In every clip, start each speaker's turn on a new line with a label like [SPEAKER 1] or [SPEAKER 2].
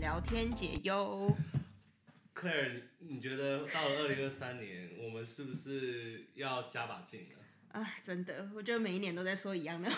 [SPEAKER 1] 聊天解忧。
[SPEAKER 2] Claire，你你觉得到了二零二三年，我们是不是要加把劲了？
[SPEAKER 1] 啊，真的，我觉得每一年都在说一样的。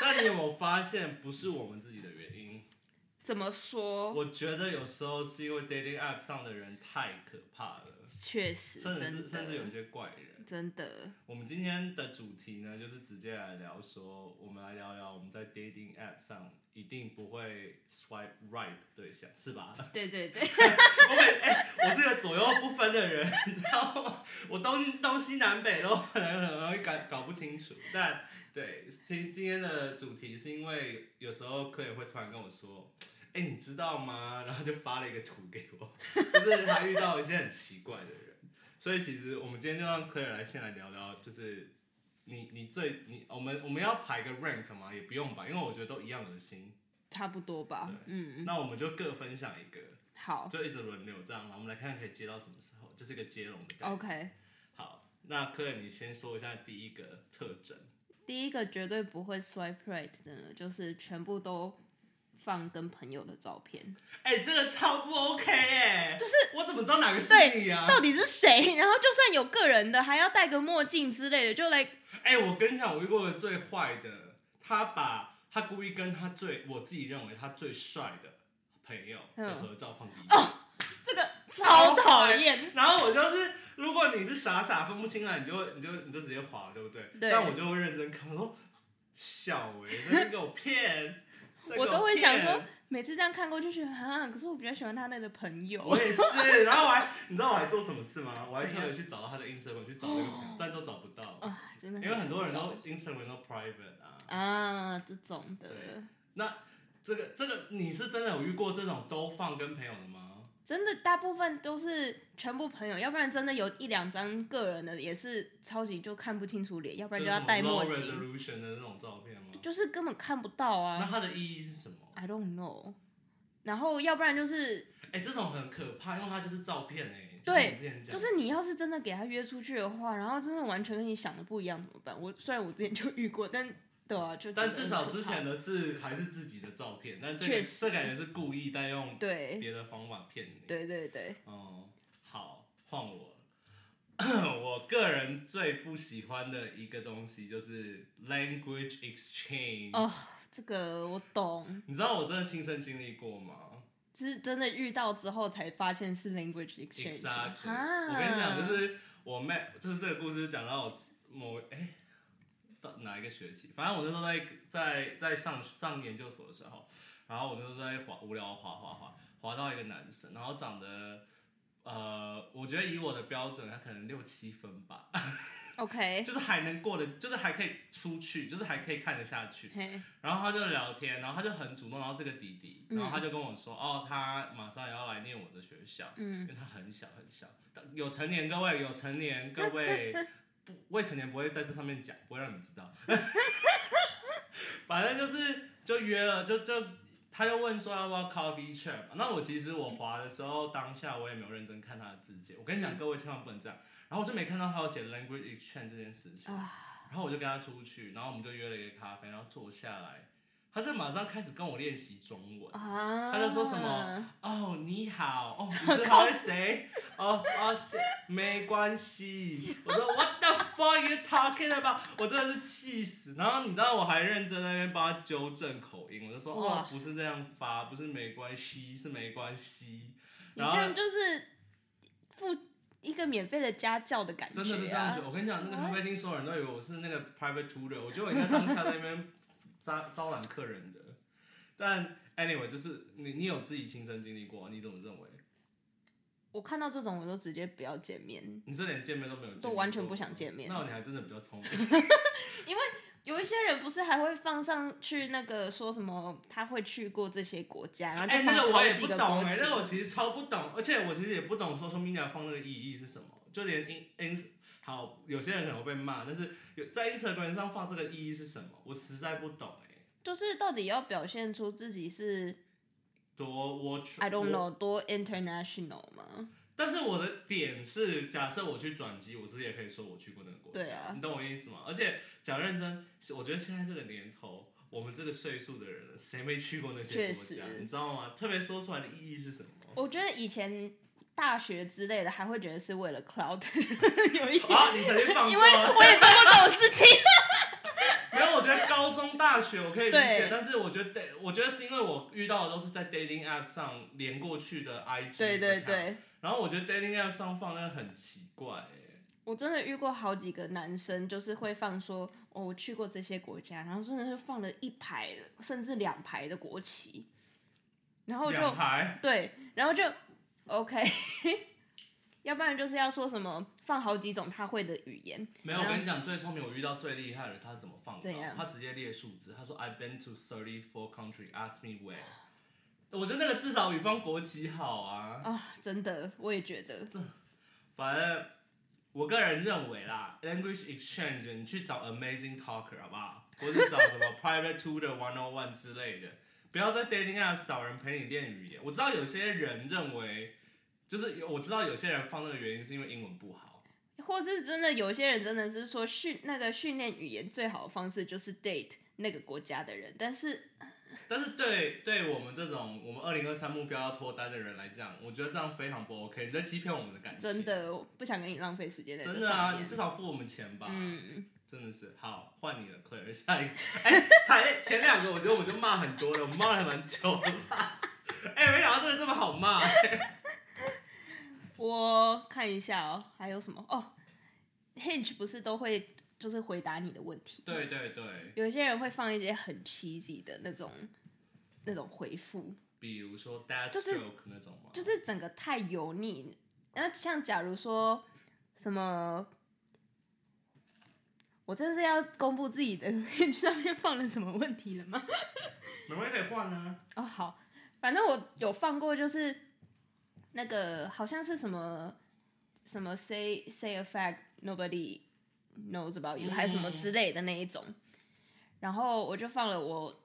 [SPEAKER 2] 但你有没有发现，不是我们自己的原因？
[SPEAKER 1] 怎么说？
[SPEAKER 2] 我觉得有时候是因为 dating app 上的人太可怕了，
[SPEAKER 1] 确实，
[SPEAKER 2] 甚至是
[SPEAKER 1] 真
[SPEAKER 2] 甚至有
[SPEAKER 1] 的，
[SPEAKER 2] 些怪人。
[SPEAKER 1] 真的，
[SPEAKER 2] 我们今天的主题呢，就是直接来聊说，我们来聊聊我们在 dating app 上一定不会 swipe right 的对象，是吧？
[SPEAKER 1] 对对 对，
[SPEAKER 2] 我每哎、我是个左右不分的人，你知道吗？我东东西南北都很很容易搞搞不清楚。但对，今今天的主题是因为有时候客人会突然跟我说。哎、你知道吗？然后就发了一个图给我，就是他遇到一些很奇怪的人，所以其实我们今天就让 Claire 来先来聊聊，就是你你最你我们我们要排个 rank 吗？也不用吧，因为我觉得都一样恶心。
[SPEAKER 1] 差不多吧。嗯，
[SPEAKER 2] 那我们就各分享一个，
[SPEAKER 1] 好
[SPEAKER 2] 就一直轮流这样嘛。我们来看看可以接到什么时候，这是一个接龙的概念。
[SPEAKER 1] ，OK。
[SPEAKER 2] 好，那客人你先说一下第一个特征，
[SPEAKER 1] 第一个绝对不会 swipe right 的呢，就是全部都放跟朋友的照片。
[SPEAKER 2] 哎、这个超不 OK 哎、就是我怎么知道哪个是
[SPEAKER 1] 对
[SPEAKER 2] 你啊？
[SPEAKER 1] 到底是谁？ 然后就算有个人的，还要戴个墨镜之类的，就来
[SPEAKER 2] 哎、我跟你讲，我遇过的最坏的，他把他故意跟他最我自己认为他最帅的朋友的
[SPEAKER 1] 嗯
[SPEAKER 2] 合照放第一。
[SPEAKER 1] 这个超讨厌。
[SPEAKER 2] 然后我就是，如果你是傻傻分不清啊来，你就会你就你就直接划，对不对？
[SPEAKER 1] 对
[SPEAKER 2] 但我就会认真看，我说小维、这是给我骗，这给
[SPEAKER 1] 我都会想说
[SPEAKER 2] 骗，
[SPEAKER 1] 每次这样看过就觉得啊，可是我比较喜欢他那个朋友
[SPEAKER 2] 我。也是。然后我还， 你知道我还做什么事吗？我还
[SPEAKER 1] 怎
[SPEAKER 2] 特
[SPEAKER 1] 样
[SPEAKER 2] 别去找到他的 Instagram 去找那个朋友，但都找不到，
[SPEAKER 1] 啊，真的，
[SPEAKER 2] 因为很多人都 Instagram 都 private 啊。
[SPEAKER 1] 啊这种
[SPEAKER 2] 对
[SPEAKER 1] 的，
[SPEAKER 2] 那这个这个，你是真的有遇过这种都放跟朋友的吗？
[SPEAKER 1] 真的大部分都是全部朋友，要不然真的有一两张个人的也是超级就看不清楚脸，要不然
[SPEAKER 2] 就是
[SPEAKER 1] 要
[SPEAKER 2] 什么
[SPEAKER 1] 戴墨
[SPEAKER 2] low
[SPEAKER 1] 镜，
[SPEAKER 2] resolution 的那种照片吗？
[SPEAKER 1] 就是根本看不到
[SPEAKER 2] 那
[SPEAKER 1] 啊。
[SPEAKER 2] 它的意义是什么？
[SPEAKER 1] I don't know。然后要不然就是
[SPEAKER 2] 哎、这种很可怕，因为它就是照片哎、
[SPEAKER 1] 对
[SPEAKER 2] 就是你之前讲
[SPEAKER 1] 就是你要是真的给他约出去的话，然后真的完全跟你想的不一样怎么办？我虽然我之前就遇过，但对啊，就
[SPEAKER 2] 但
[SPEAKER 1] 觉得
[SPEAKER 2] 至少
[SPEAKER 1] 很可
[SPEAKER 2] 之
[SPEAKER 1] 怕
[SPEAKER 2] 前的是还是自己的照片，但这
[SPEAKER 1] 确
[SPEAKER 2] 个
[SPEAKER 1] 实
[SPEAKER 2] 这感觉是故意在用
[SPEAKER 1] 对
[SPEAKER 2] 别的方法骗你。
[SPEAKER 1] 对对对，
[SPEAKER 2] 哦，好，换我 了。我个人最不喜欢的一个东西就是 language exchange。
[SPEAKER 1] 哦，这个我懂，
[SPEAKER 2] 你知道我真的亲身经历过吗
[SPEAKER 1] 是真的遇到之后才发现是 language exchange
[SPEAKER 2] ？Exactly。
[SPEAKER 1] 啊。
[SPEAKER 2] 我跟你讲，就是我妹，就是这个故事讲到我某哎、到哪一个学期，反正我那时候在在在上上研究所的时候，然后我那时候在滑无聊滑滑滑滑到一个男生，然后长得呃，我觉得以我的标准，他可能六七分吧，
[SPEAKER 1] OK，
[SPEAKER 2] 就是还能过得，就是还可以出去，就是还可以看得下去。
[SPEAKER 1] 嘿，
[SPEAKER 2] 然后他就聊天，然后他就很主动，然后是个弟弟，然后他就跟我说，哦，他马上也要来念我的学校，
[SPEAKER 1] 嗯
[SPEAKER 2] 因为他很小很小，有成年各位，有成年各位，不未成年不会在这上面讲，不会让你们知道， 反正就是就约了，就就他就问说要不要 coffee chat，嘛那我其实我滑的时候，当下我也没有认真看他的字节，我跟你讲，各位千万不能这样，然后我就没看到他有写 language exchange 这件事情。
[SPEAKER 1] 啊
[SPEAKER 2] 然后我就跟他出去，然后我们就约了一个咖啡，然后坐下来，他就马上开始跟我练习中文。
[SPEAKER 1] 啊，
[SPEAKER 2] 他就说什么？哦，你好， 哦，你是好谁？哦哦，谁？没关系。我说 What the fuck you talking about？我真的是气死。然后你知道我还认真在那边帮他纠正口音，我就说
[SPEAKER 1] 哇
[SPEAKER 2] 哦，不是这样发，不是没关系，是没关系。
[SPEAKER 1] 你
[SPEAKER 2] 然后
[SPEAKER 1] 这样就是付一个免费的家教的感觉、啊，
[SPEAKER 2] 真的是这样觉得。我跟你讲，那个咖啡厅所有人都以为我是那个 private tutor，我觉得我应该当下在那边招招揽客人的。但 anyway，就是你你有自己亲身经历过，你怎么认为？
[SPEAKER 1] 我看到这种我就直接不要见面，
[SPEAKER 2] 你是连见面都没有见面过，
[SPEAKER 1] 就完全不想见面
[SPEAKER 2] 那你还真的比较聪明。
[SPEAKER 1] 有一些人不是还会放上去那个说什么他会去过这些国家，然后
[SPEAKER 2] 哎、
[SPEAKER 1] 就
[SPEAKER 2] 那
[SPEAKER 1] 放
[SPEAKER 2] 个我
[SPEAKER 1] 好
[SPEAKER 2] 也
[SPEAKER 1] 几
[SPEAKER 2] 不
[SPEAKER 1] 个
[SPEAKER 2] 懂
[SPEAKER 1] 国
[SPEAKER 2] 哎、
[SPEAKER 1] 旗。
[SPEAKER 2] 那个我其实超不懂，而且我其实也不懂说说 media 放那个意义是什么，就连 in in 好有些人可能会被骂，但是有在 Instagram 上放这个意义是什么，我实在不懂哎、
[SPEAKER 1] 就是到底要表现出自己是
[SPEAKER 2] 多我
[SPEAKER 1] I don't know 多 international 吗？
[SPEAKER 2] 但是我的点是，假设我去转机，我是不是也可以说我去过那个国家？
[SPEAKER 1] 对啊
[SPEAKER 2] 你懂我意思吗？而且讲认真，是我觉得现在这个年头，我们这个岁数的人了，谁没去过那些
[SPEAKER 1] 确
[SPEAKER 2] 国家？
[SPEAKER 1] 实
[SPEAKER 2] 你知道吗？特别说出来的意义是什么？
[SPEAKER 1] 我觉得以前大学之类的还会觉得是为了 cloud，有 一点，
[SPEAKER 2] 啊，你曾经放
[SPEAKER 1] 因
[SPEAKER 2] 过
[SPEAKER 1] 为
[SPEAKER 2] 啊，
[SPEAKER 1] 我也做过这种事情。
[SPEAKER 2] 没有，我觉得高中、大学我可以理解
[SPEAKER 1] 对，
[SPEAKER 2] 但是我觉得，我觉得是因为我遇到的都是在 dating app 上连过去的 IG，
[SPEAKER 1] 对对
[SPEAKER 2] account，
[SPEAKER 1] 对，
[SPEAKER 2] 然后我觉得 dating app 上放那个很奇怪、欸，
[SPEAKER 1] 我真的遇过好几个男生，就是会放说，哦，我去过这些国家，然后真的是放了一排甚至两排的国旗，然后就
[SPEAKER 2] 两排，
[SPEAKER 1] 对，然后就 OK，要不然就是要说什么放好几种他会的语言，
[SPEAKER 2] 没有，
[SPEAKER 1] 然
[SPEAKER 2] 我
[SPEAKER 1] 后
[SPEAKER 2] 跟你讲，最聪明我遇到最厉害的，他怎么放的
[SPEAKER 1] 怎样？
[SPEAKER 2] 他直接列数字，他说 I've been to thirty four country, ask me where。我觉得那个至少比放国旗好啊。
[SPEAKER 1] 啊、真的，我也觉得，
[SPEAKER 2] 反正我个人认为啦，language exchange 你去找 amazing talker 好不好？或者找什么 private tutor one on one 之类的，不要在 dating app 找人陪你练语言。我知道有些人认为，就是有我知道有些人放那个原因是因为英文不好。
[SPEAKER 1] 或是真的有些人真的是说训那个训练语言最好的方式就是 date 那个国家的人，但是
[SPEAKER 2] 但是对对我们这种我们二零二三目标要脱单的人来讲，我觉得这样非常不 OK，你在欺骗我们的感情。
[SPEAKER 1] 真，的我不想跟你浪费时间在
[SPEAKER 2] 真
[SPEAKER 1] 这
[SPEAKER 2] 的
[SPEAKER 1] 上
[SPEAKER 2] 啊！
[SPEAKER 1] 面。
[SPEAKER 2] 你至少付我们钱吧。
[SPEAKER 1] 嗯，
[SPEAKER 2] 真的是好，换你了，Claire，下一个。哎、才前两个，我觉得我们就骂很多了，我们骂了蛮久的。 哎、没想到这个这么好骂、
[SPEAKER 1] 我看一下哦，还有什么哦？Hinge 不是都会就是回答你的问题？，
[SPEAKER 2] 对对对，
[SPEAKER 1] 有一些人会放一些很 cheesy 的那种那种回复，
[SPEAKER 2] 比如说 dad
[SPEAKER 1] 就是
[SPEAKER 2] joke 那种嘛，
[SPEAKER 1] 就是整个太油腻。然后像假如说什么，我真是要公布自己的 上面放了什么问题了吗？
[SPEAKER 2] 没关系可以换啊。
[SPEAKER 1] 哦，好，反正我有放过，就是那个好像是什么什么 say say a fact nobody knows about you、
[SPEAKER 2] 嗯
[SPEAKER 1] 还是什么之类的那一种，然后我就放了我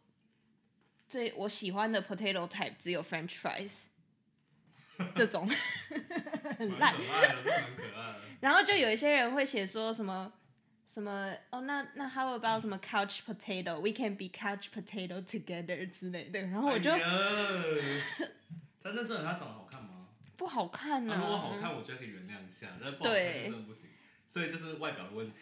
[SPEAKER 1] 最我喜欢的 potato type 只有 French fries 这种，很烂
[SPEAKER 2] 蛮。可爱的，蛮可爱的。
[SPEAKER 1] 然后就有一些人会写说什么什么哦，那那 how about 什么 couch potato？We can be couch potato together 之类的。然后 我就
[SPEAKER 2] 哎呀但那真的他长得好看吗？
[SPEAKER 1] 不好看呢、
[SPEAKER 2] 啊如果好看，我觉得可以原谅一下，但不好看
[SPEAKER 1] 嗯对
[SPEAKER 2] 真的不行。所以就是外表的问题。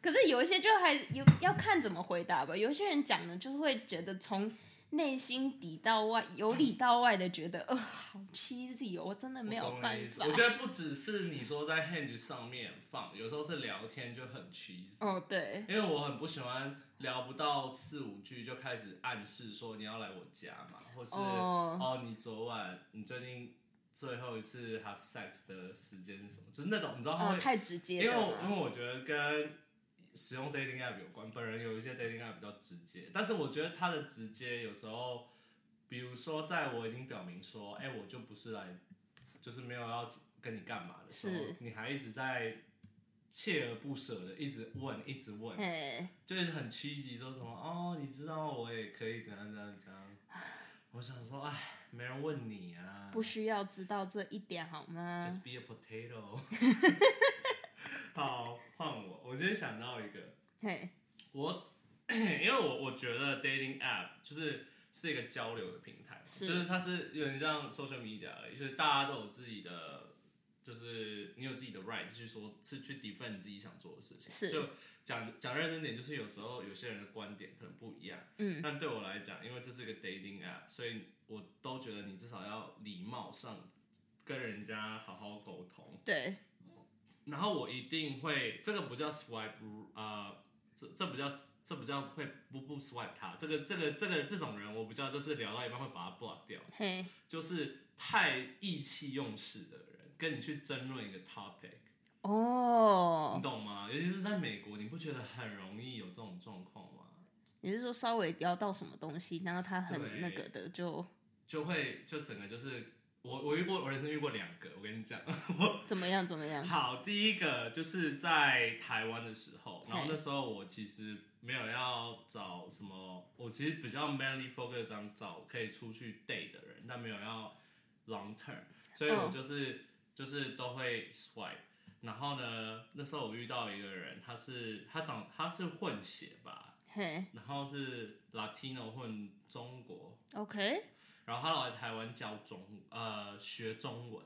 [SPEAKER 1] 可是有一些就还有要看怎么回答吧。有一些人讲的，就是会觉得从内心底到外，由里到外的觉得，呃，好 cheesy 哦，我真的没有
[SPEAKER 2] 我懂你
[SPEAKER 1] 办
[SPEAKER 2] 的意思
[SPEAKER 1] 法
[SPEAKER 2] 我。觉得不只是你说在 Hinge 上面放，有时候是聊天就很 cheesy。
[SPEAKER 1] 哦，对，
[SPEAKER 2] 因为我很不喜欢聊不到四五句就开始暗示说你要来我家嘛，或是
[SPEAKER 1] 哦
[SPEAKER 2] 哦你昨晚你最近最后一次 have sex 的时间是什么，就是那种你知道他
[SPEAKER 1] 哦，
[SPEAKER 2] 会，
[SPEAKER 1] 太直接
[SPEAKER 2] 哎因为
[SPEAKER 1] 了
[SPEAKER 2] 我因
[SPEAKER 1] 嘛。
[SPEAKER 2] 为我觉得跟使用 dating app 有关，本人有一些 dating app 比较直接，但是我觉得他的直接有时候，比如说在我已经表明说，哎、我就不是来，就是没有要跟你干嘛的时候
[SPEAKER 1] 是，
[SPEAKER 2] 你还一直在锲而不舍的一直问，一直问。
[SPEAKER 1] 哎，
[SPEAKER 2] 就是很积极，说什么哦，你知道我也可以怎样怎样怎样。 我想说，哎，没人问你啊。
[SPEAKER 1] 不需要知道这一点好吗？
[SPEAKER 2] Just be a potato 。好，换我。我今天想到一个，
[SPEAKER 1] 嘿，
[SPEAKER 2] 我 因为我我觉得 dating app 就是是一个交流的平台嘛，
[SPEAKER 1] 是
[SPEAKER 2] 就是它是有点像 social media 而已，就是大家都有自己的，就是你有自己的 right 去说，是去 defend 你自己想做的事情。
[SPEAKER 1] 是
[SPEAKER 2] 就讲讲认真点，就是有时候有些人的观点可能不一样，
[SPEAKER 1] 嗯，
[SPEAKER 2] 但对我来讲，因为这是一个 dating app，所以我都觉得你至少要礼貌上跟人家好好沟通。
[SPEAKER 1] 对，
[SPEAKER 2] 然后我一定会，这个不叫 swipe，呃，这这不叫这不叫会不不 swipe 他，这个这个这个这种人我不叫就是聊到一半会把他 block 掉，
[SPEAKER 1] 嘿，
[SPEAKER 2] 就是太意气用事的人，跟你去争论一个 topic，你
[SPEAKER 1] 哦，
[SPEAKER 2] 懂吗？尤其是在美国，你不觉得很容易有这种状况吗？
[SPEAKER 1] 你是说稍微聊到什么东西，然后他
[SPEAKER 2] 对
[SPEAKER 1] 很那个的就
[SPEAKER 2] 就会就整个就是我我遇过我人生遇过两个，我跟你讲，
[SPEAKER 1] 怎么样怎么样？
[SPEAKER 2] 好，第一个就是在台湾的时候，然后
[SPEAKER 1] 嘿
[SPEAKER 2] 那时候我其实没有要找什么，我其实比较 mainly focus on 找可以出去 date 的人，但没有要 long term，所以我
[SPEAKER 1] 嗯
[SPEAKER 2] 就是、就是都会 swipe。然后呢，那时候我遇到一个人，他是他长他是混血吧，
[SPEAKER 1] 嘿
[SPEAKER 2] 然后是 Latino 混中国，
[SPEAKER 1] ，OK，
[SPEAKER 2] 然后他来台湾教中呃学中文，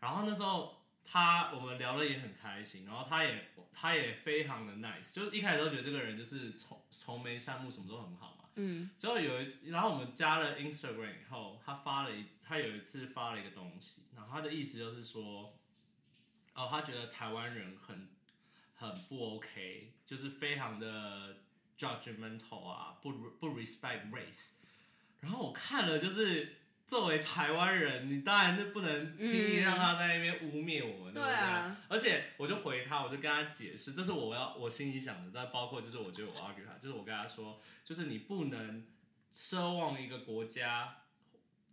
[SPEAKER 2] 然后那时候他我们聊的也很开心，然后他也他也非常的 nice，就是一开始都觉得这个人就是愁愁眉善目，什么都很好嘛。
[SPEAKER 1] 嗯，
[SPEAKER 2] 之后有一次，然后我们加了 Instagram 以后，他发了一，他有一次发了一个东西，然后他的意思就是说，哦，他觉得台湾人很很不 OK，就是非常的 judgmental 啊，不不 respect race。然后我看了，就是作为台湾人，你当然是不能轻易让他在那边污蔑我们，对不
[SPEAKER 1] 对啊
[SPEAKER 2] 而且我就回他，我就跟他解释，这是我要我心里想的，但包括就是我觉得我要给他，就是我跟他说，就是你不能奢望一个国家，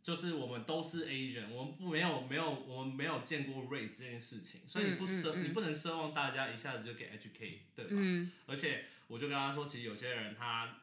[SPEAKER 2] 就是我们都是 Asian，我们不没有没有我们没有见过 race 这件事情，所以你不奢、
[SPEAKER 1] 嗯嗯嗯
[SPEAKER 2] 你不能奢望大家一下子就给 educate，对吧？
[SPEAKER 1] 嗯，
[SPEAKER 2] 而且我就跟他说，其实有些人他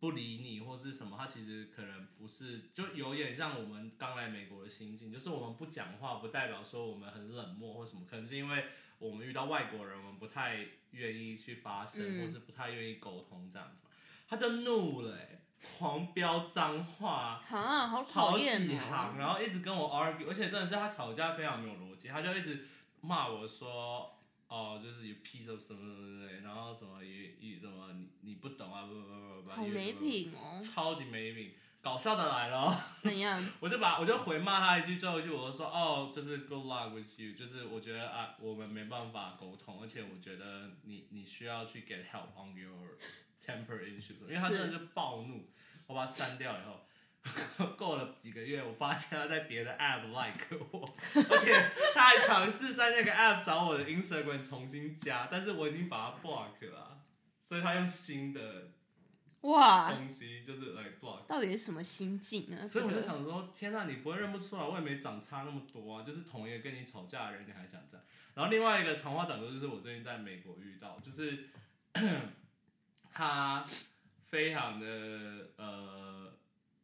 [SPEAKER 2] 不理你或是什么，他其实可能不是，就有点像我们刚来美国的心境，就是我们不讲话，不代表说我们很冷漠或什么，可能是因为我们遇到外国人，我们不太愿意去发声，
[SPEAKER 1] 嗯
[SPEAKER 2] 或是不太愿意沟通这样子嘛。他就怒了、欸，狂飙脏话。
[SPEAKER 1] 啊，好
[SPEAKER 2] 好啊
[SPEAKER 1] 讨厌
[SPEAKER 2] 几
[SPEAKER 1] 哦
[SPEAKER 2] 行，，然后一直跟我 argue，而且真的是他吵架非常没有逻辑，他就一直骂我说，哦，就是 you piece of 什么什么什么，然后什么一一什么你你不懂啊，不不不不不，
[SPEAKER 1] 好没，品哦，
[SPEAKER 2] 超级没品，搞笑的来了哦。
[SPEAKER 1] 怎样？
[SPEAKER 2] 我就把我就回骂他一句，最后一句我就说哦，就是 good luck with you，就是我觉得啊，我们没办法沟通，而且我觉得你你需要去 get help on your temper issues，因为他
[SPEAKER 1] 是
[SPEAKER 2] 真的就暴怒，我把他删掉以后。 过了几个月，我发现他在别的 app like 我，而且他还尝试在那个 app 找我的 Instagram 重新加，但是我已经把他 block 了啊，所以他用新的
[SPEAKER 1] 哇，
[SPEAKER 2] 东西就是来 block
[SPEAKER 1] 到底是什么心境啊？
[SPEAKER 2] 所以我就
[SPEAKER 1] 这个，
[SPEAKER 2] 想说，天呐，你不会认不出来，我也没长差那么多啊，就是同一个跟你吵架的人，你还想这样。然后另外一个长话短说，就是我最近在美国遇到，就是 他非常的呃，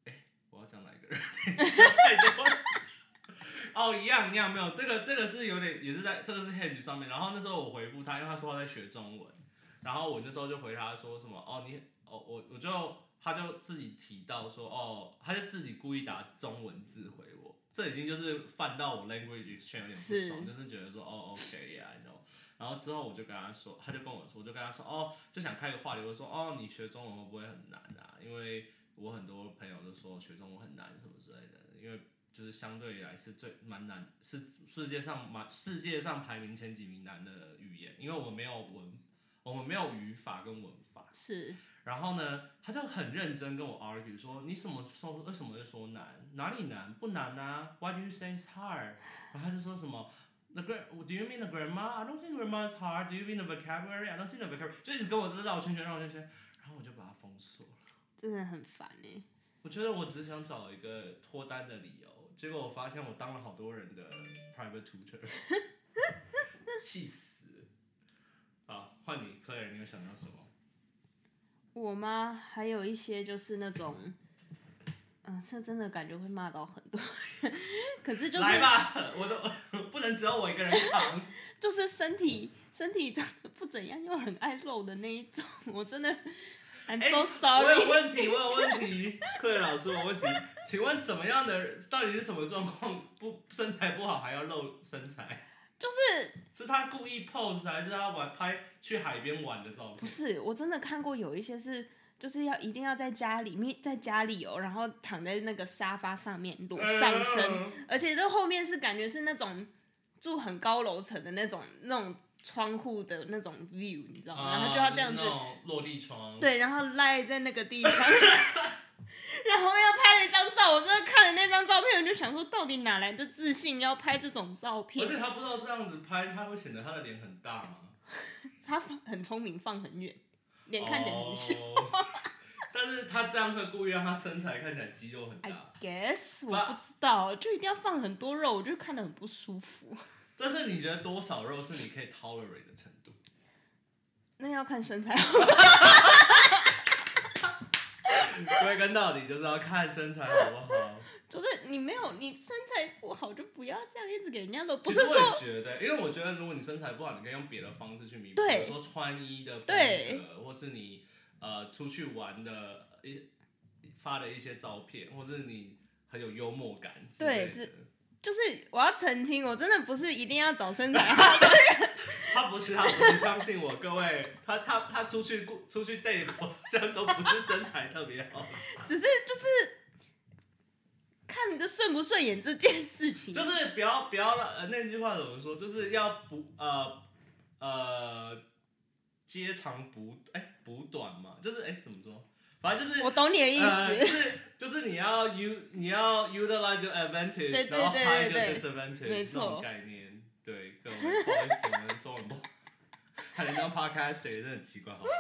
[SPEAKER 2] 哎、我要讲哪一个人？ 太多了。 哦，一样一样，没有这个这个是有点也是在这个是 Hinge 上面，然后那时候我回复他，因为他说他在学中文，然后我那时候就回他说什么哦你哦我我就他就自己提到说哦他就自己故意打中文字回我，这已经就是犯到我 language 圈有点不爽，
[SPEAKER 1] 是
[SPEAKER 2] 就是觉得说哦 OK 呀、你知道吗然后之后我就跟他说，他就跟我说，我就跟他说哦就想开个话题，我就说哦你学中文会不会很难啊？因为我很多朋友都说学中文很难什么之类的，因为就是相对来是最蛮难，是世界上蛮世界上排名前几名难的语言，因为我们没有文，我们没有语法跟文法。
[SPEAKER 1] 是
[SPEAKER 2] 然后呢，他就很认真跟我 argue 说，你什么时候为什么会说难？哪里难？不难啊？Why do you say it's hard？然后他就说什么？The gra Do you mean the grammar? I don't think grammar is hard. Do you mean the vocabulary? I don't think the vocabulary. 就一直跟我绕圈圈绕圈圈，然后我就把他封锁了。
[SPEAKER 1] 真的很烦哎，
[SPEAKER 2] 我觉得我只是想找一个脱单的理由，结果我发现我当了好多人的 private tutor，气死！好，换你，Claire，你有想到什么？
[SPEAKER 1] 我吗？还有一些就是那种，嗯、这真的感觉会骂到很多人， 可是就是
[SPEAKER 2] 来吧，我都不能只有我一个人扛。
[SPEAKER 1] 就是身体身体长得不怎样又很爱露的那一种，我真的，I'm
[SPEAKER 2] 哎
[SPEAKER 1] so
[SPEAKER 2] 我
[SPEAKER 1] sorry，、
[SPEAKER 2] 有问题，我有问题，Claire 老师，我有问题，请问怎么样的到底是什么状况？不，身材不好还要露身材？
[SPEAKER 1] 就是
[SPEAKER 2] 是他故意 pose 还是他玩拍去海边玩的照
[SPEAKER 1] 不
[SPEAKER 2] 片？
[SPEAKER 1] 是，我真的看过有一些是，就是要一定要在家里面，在家里哦，然后躺在那个沙发上面裸
[SPEAKER 2] 嗯
[SPEAKER 1] 上身，
[SPEAKER 2] 呃
[SPEAKER 1] 而且这后面是感觉是那种住很高楼层的那种那种窗户的那种 view，你知道吗？然后就要这样子
[SPEAKER 2] 啊，那种落地窗。
[SPEAKER 1] 对，然后赖在那个地方， 然后要拍了一张照，我真的看了那张照片，我就想说，到底哪来的自信要拍这种照
[SPEAKER 2] 而
[SPEAKER 1] 片？
[SPEAKER 2] 且他不知道这样子拍，他会显得他的脸很大吗？
[SPEAKER 1] 他放很聪明，放很远，脸看起来很小。
[SPEAKER 2] 哦但是他这样会故意让他身材看起来肌肉很
[SPEAKER 1] I
[SPEAKER 2] 大。
[SPEAKER 1] guess 我
[SPEAKER 2] 吧
[SPEAKER 1] 不知道，就一定要放很多肉，我就看得很不舒服。
[SPEAKER 2] 但是你觉得多少肉是你可以 tolerate 的程度？
[SPEAKER 1] 那要看身材，
[SPEAKER 2] 归根到底就是要看身材好不好。
[SPEAKER 1] 就是你没有你身材不好，就不要这样一直给人家 露。不
[SPEAKER 2] 其
[SPEAKER 1] 是
[SPEAKER 2] 实
[SPEAKER 1] 说
[SPEAKER 2] 我也觉得，因为我觉得如果你身材不好，你可以用别的方式去弥补，比
[SPEAKER 1] 对
[SPEAKER 2] 如说穿衣的风
[SPEAKER 1] 对
[SPEAKER 2] 格，或是你呃出去玩的一发的一些照片，或是你很有幽默感之类的。
[SPEAKER 1] 对就是我要澄清，我真的不是一定要找身材好的，
[SPEAKER 2] 他不是，他不是，相信我，各位，他他他出去过出去 date 过，这样都不是身材特别好，
[SPEAKER 1] 只是就是看的顺不顺眼这件事情。
[SPEAKER 2] 就是不要不要让呃那句话怎么说，就是要不呃呃接长补哎、补短嘛，就是哎、怎么说，反正就是
[SPEAKER 1] 我懂你的意思，
[SPEAKER 2] 呃，就是就是你要 u 你要 utilize your advantage，
[SPEAKER 1] 对对
[SPEAKER 2] 然后
[SPEAKER 1] 对
[SPEAKER 2] hide
[SPEAKER 1] 对
[SPEAKER 2] your disadvantage，
[SPEAKER 1] 没
[SPEAKER 2] 这种
[SPEAKER 1] 错
[SPEAKER 2] 概念。对，各位，不好意思，我们中文不好，还能当 podcast 也真的很奇怪，好吧。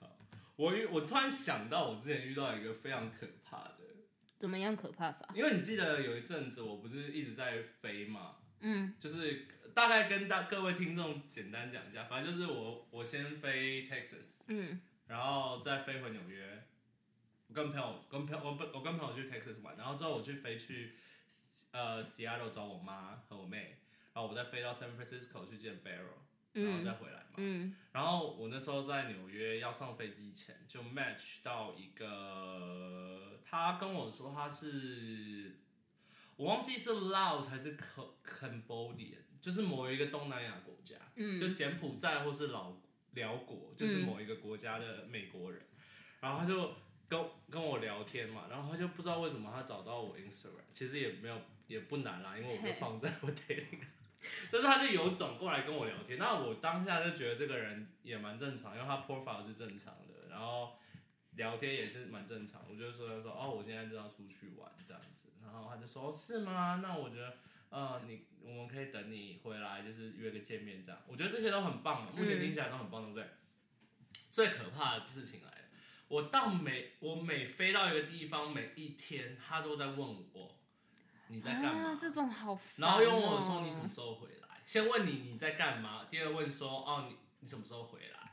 [SPEAKER 2] 好我遇我突然想到，我之前遇到一个非常可怕的，
[SPEAKER 1] 怎么样可怕法？
[SPEAKER 2] 因为你记得有一阵子我不是一直在飞嘛，
[SPEAKER 1] 嗯
[SPEAKER 2] 就是大概跟大各位听众简单讲一下，反正就是我我先飞 Texas，
[SPEAKER 1] 嗯
[SPEAKER 2] 然后再飞回纽约。我跟朋友，跟朋友，我跟我跟朋友去 Texas 玩，然后之后我去飞去呃 Seattle 找我妈和我妹，然后我再飞到 San Francisco 去见 Barrel，然后再
[SPEAKER 1] 嗯
[SPEAKER 2] 回来嘛。
[SPEAKER 1] 嗯
[SPEAKER 2] 然后我那时候在纽约要上飞机前，就 match 到一个，他跟我说他是，我忘记是 Laos 还是 Cam- Cambodia，就是某一个东南亚国家，就
[SPEAKER 1] 嗯
[SPEAKER 2] 柬埔寨或是老辽国，就是某一个国家的美国人，然后他就跟跟我聊天嘛，然后他就不知道为什么他找到我 Instagram，其实也没有也不难啦，因为我就
[SPEAKER 1] 嘿
[SPEAKER 2] 放在我 d a 但是他就有种过来跟我聊天，那我当下就觉得这个人也蛮正常，因为他 profile 是正常的，然后聊天也是蛮正常，我就说他说哦，我现在正要出去玩这样子，然后他就说哦是吗？那我觉得呃，你我们可以等你回来，就是约个见面这样，我觉得这些都很棒嘛，啊目前
[SPEAKER 1] 嗯
[SPEAKER 2] 听起来都很棒，对不对？最可怕的事情来了，我到每我每飞到一个地方，每一天他都在问我你在干嘛、
[SPEAKER 1] 啊，这种好烦、哦
[SPEAKER 2] 然后又问我说你什么？时候回来？先问你你在干嘛，第二问说哦你你什么时候回来？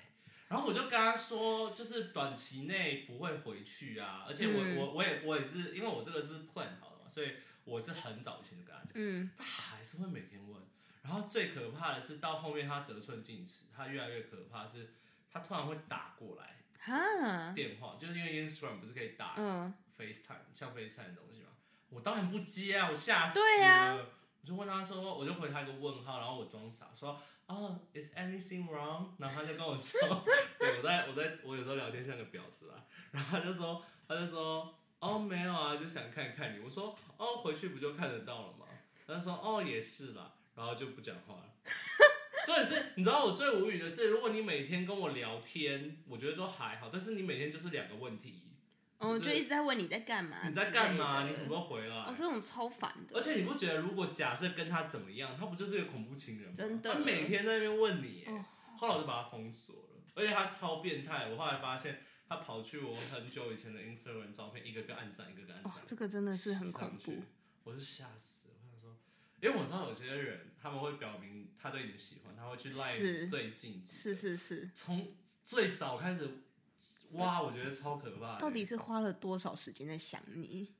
[SPEAKER 2] 然后我就跟他说，就是短期内不会回去啊，而且我、
[SPEAKER 1] 嗯
[SPEAKER 2] 我我也我也是因为我这个是 plan 好了嘛，所以我是很早以前就跟他讲，
[SPEAKER 1] 嗯
[SPEAKER 2] 他还是会每天问。然后最可怕的是到后面他得寸进尺，他越来越可怕是，他突然会打过来
[SPEAKER 1] 哈
[SPEAKER 2] 电话，就是因为 Instagram 不是可以打
[SPEAKER 1] 嗯
[SPEAKER 2] FaceTime 像 FaceTime 的东西嘛，我当然不接啊，我吓死了。
[SPEAKER 1] 对啊
[SPEAKER 2] 我就问他说，我就回他一个问号，然后我装傻说，哦、i s anything wrong？然后他就跟我说， 对我在我在我有时候聊天像个婊子啦，然后他就说他就说，哦没有啊，就想看看你。我说，哦回去不就看得到了吗？他就说，哦也是啦，然后就不讲话了。 重点是，你知道我最无语的是，如果你每天跟我聊天，我觉得都还好，但是你每天就是两个问题，
[SPEAKER 1] 哦，
[SPEAKER 2] 就是
[SPEAKER 1] 就一直在问你在干嘛？
[SPEAKER 2] 你在干嘛？
[SPEAKER 1] 啊之类
[SPEAKER 2] 你
[SPEAKER 1] 的
[SPEAKER 2] 什么时候回来
[SPEAKER 1] 哦，？这种超烦的。
[SPEAKER 2] 而且你不觉得，如果假设跟他怎么样，他不就是个恐怖情人吗？
[SPEAKER 1] 真的
[SPEAKER 2] 他每天在那边问你耶，
[SPEAKER 1] 哦
[SPEAKER 2] 后来我就把他封锁了。而且他超变态，我后来发现他跑去我很久以前的 Instagram 照片，一个个按赞，一个个按
[SPEAKER 1] 哦
[SPEAKER 2] 赞，，
[SPEAKER 1] 这个真的是很
[SPEAKER 2] 洗上
[SPEAKER 1] 恐
[SPEAKER 2] 去
[SPEAKER 1] 怖。，
[SPEAKER 2] 我就吓死了。我想说，因为我知道有些人他们会表明他对你的喜欢，他会去赖
[SPEAKER 1] 是
[SPEAKER 2] 最近几
[SPEAKER 1] 是是是，
[SPEAKER 2] 从最早开始，哇，我觉得超可怕的。
[SPEAKER 1] 到底是花了多少时间在想你？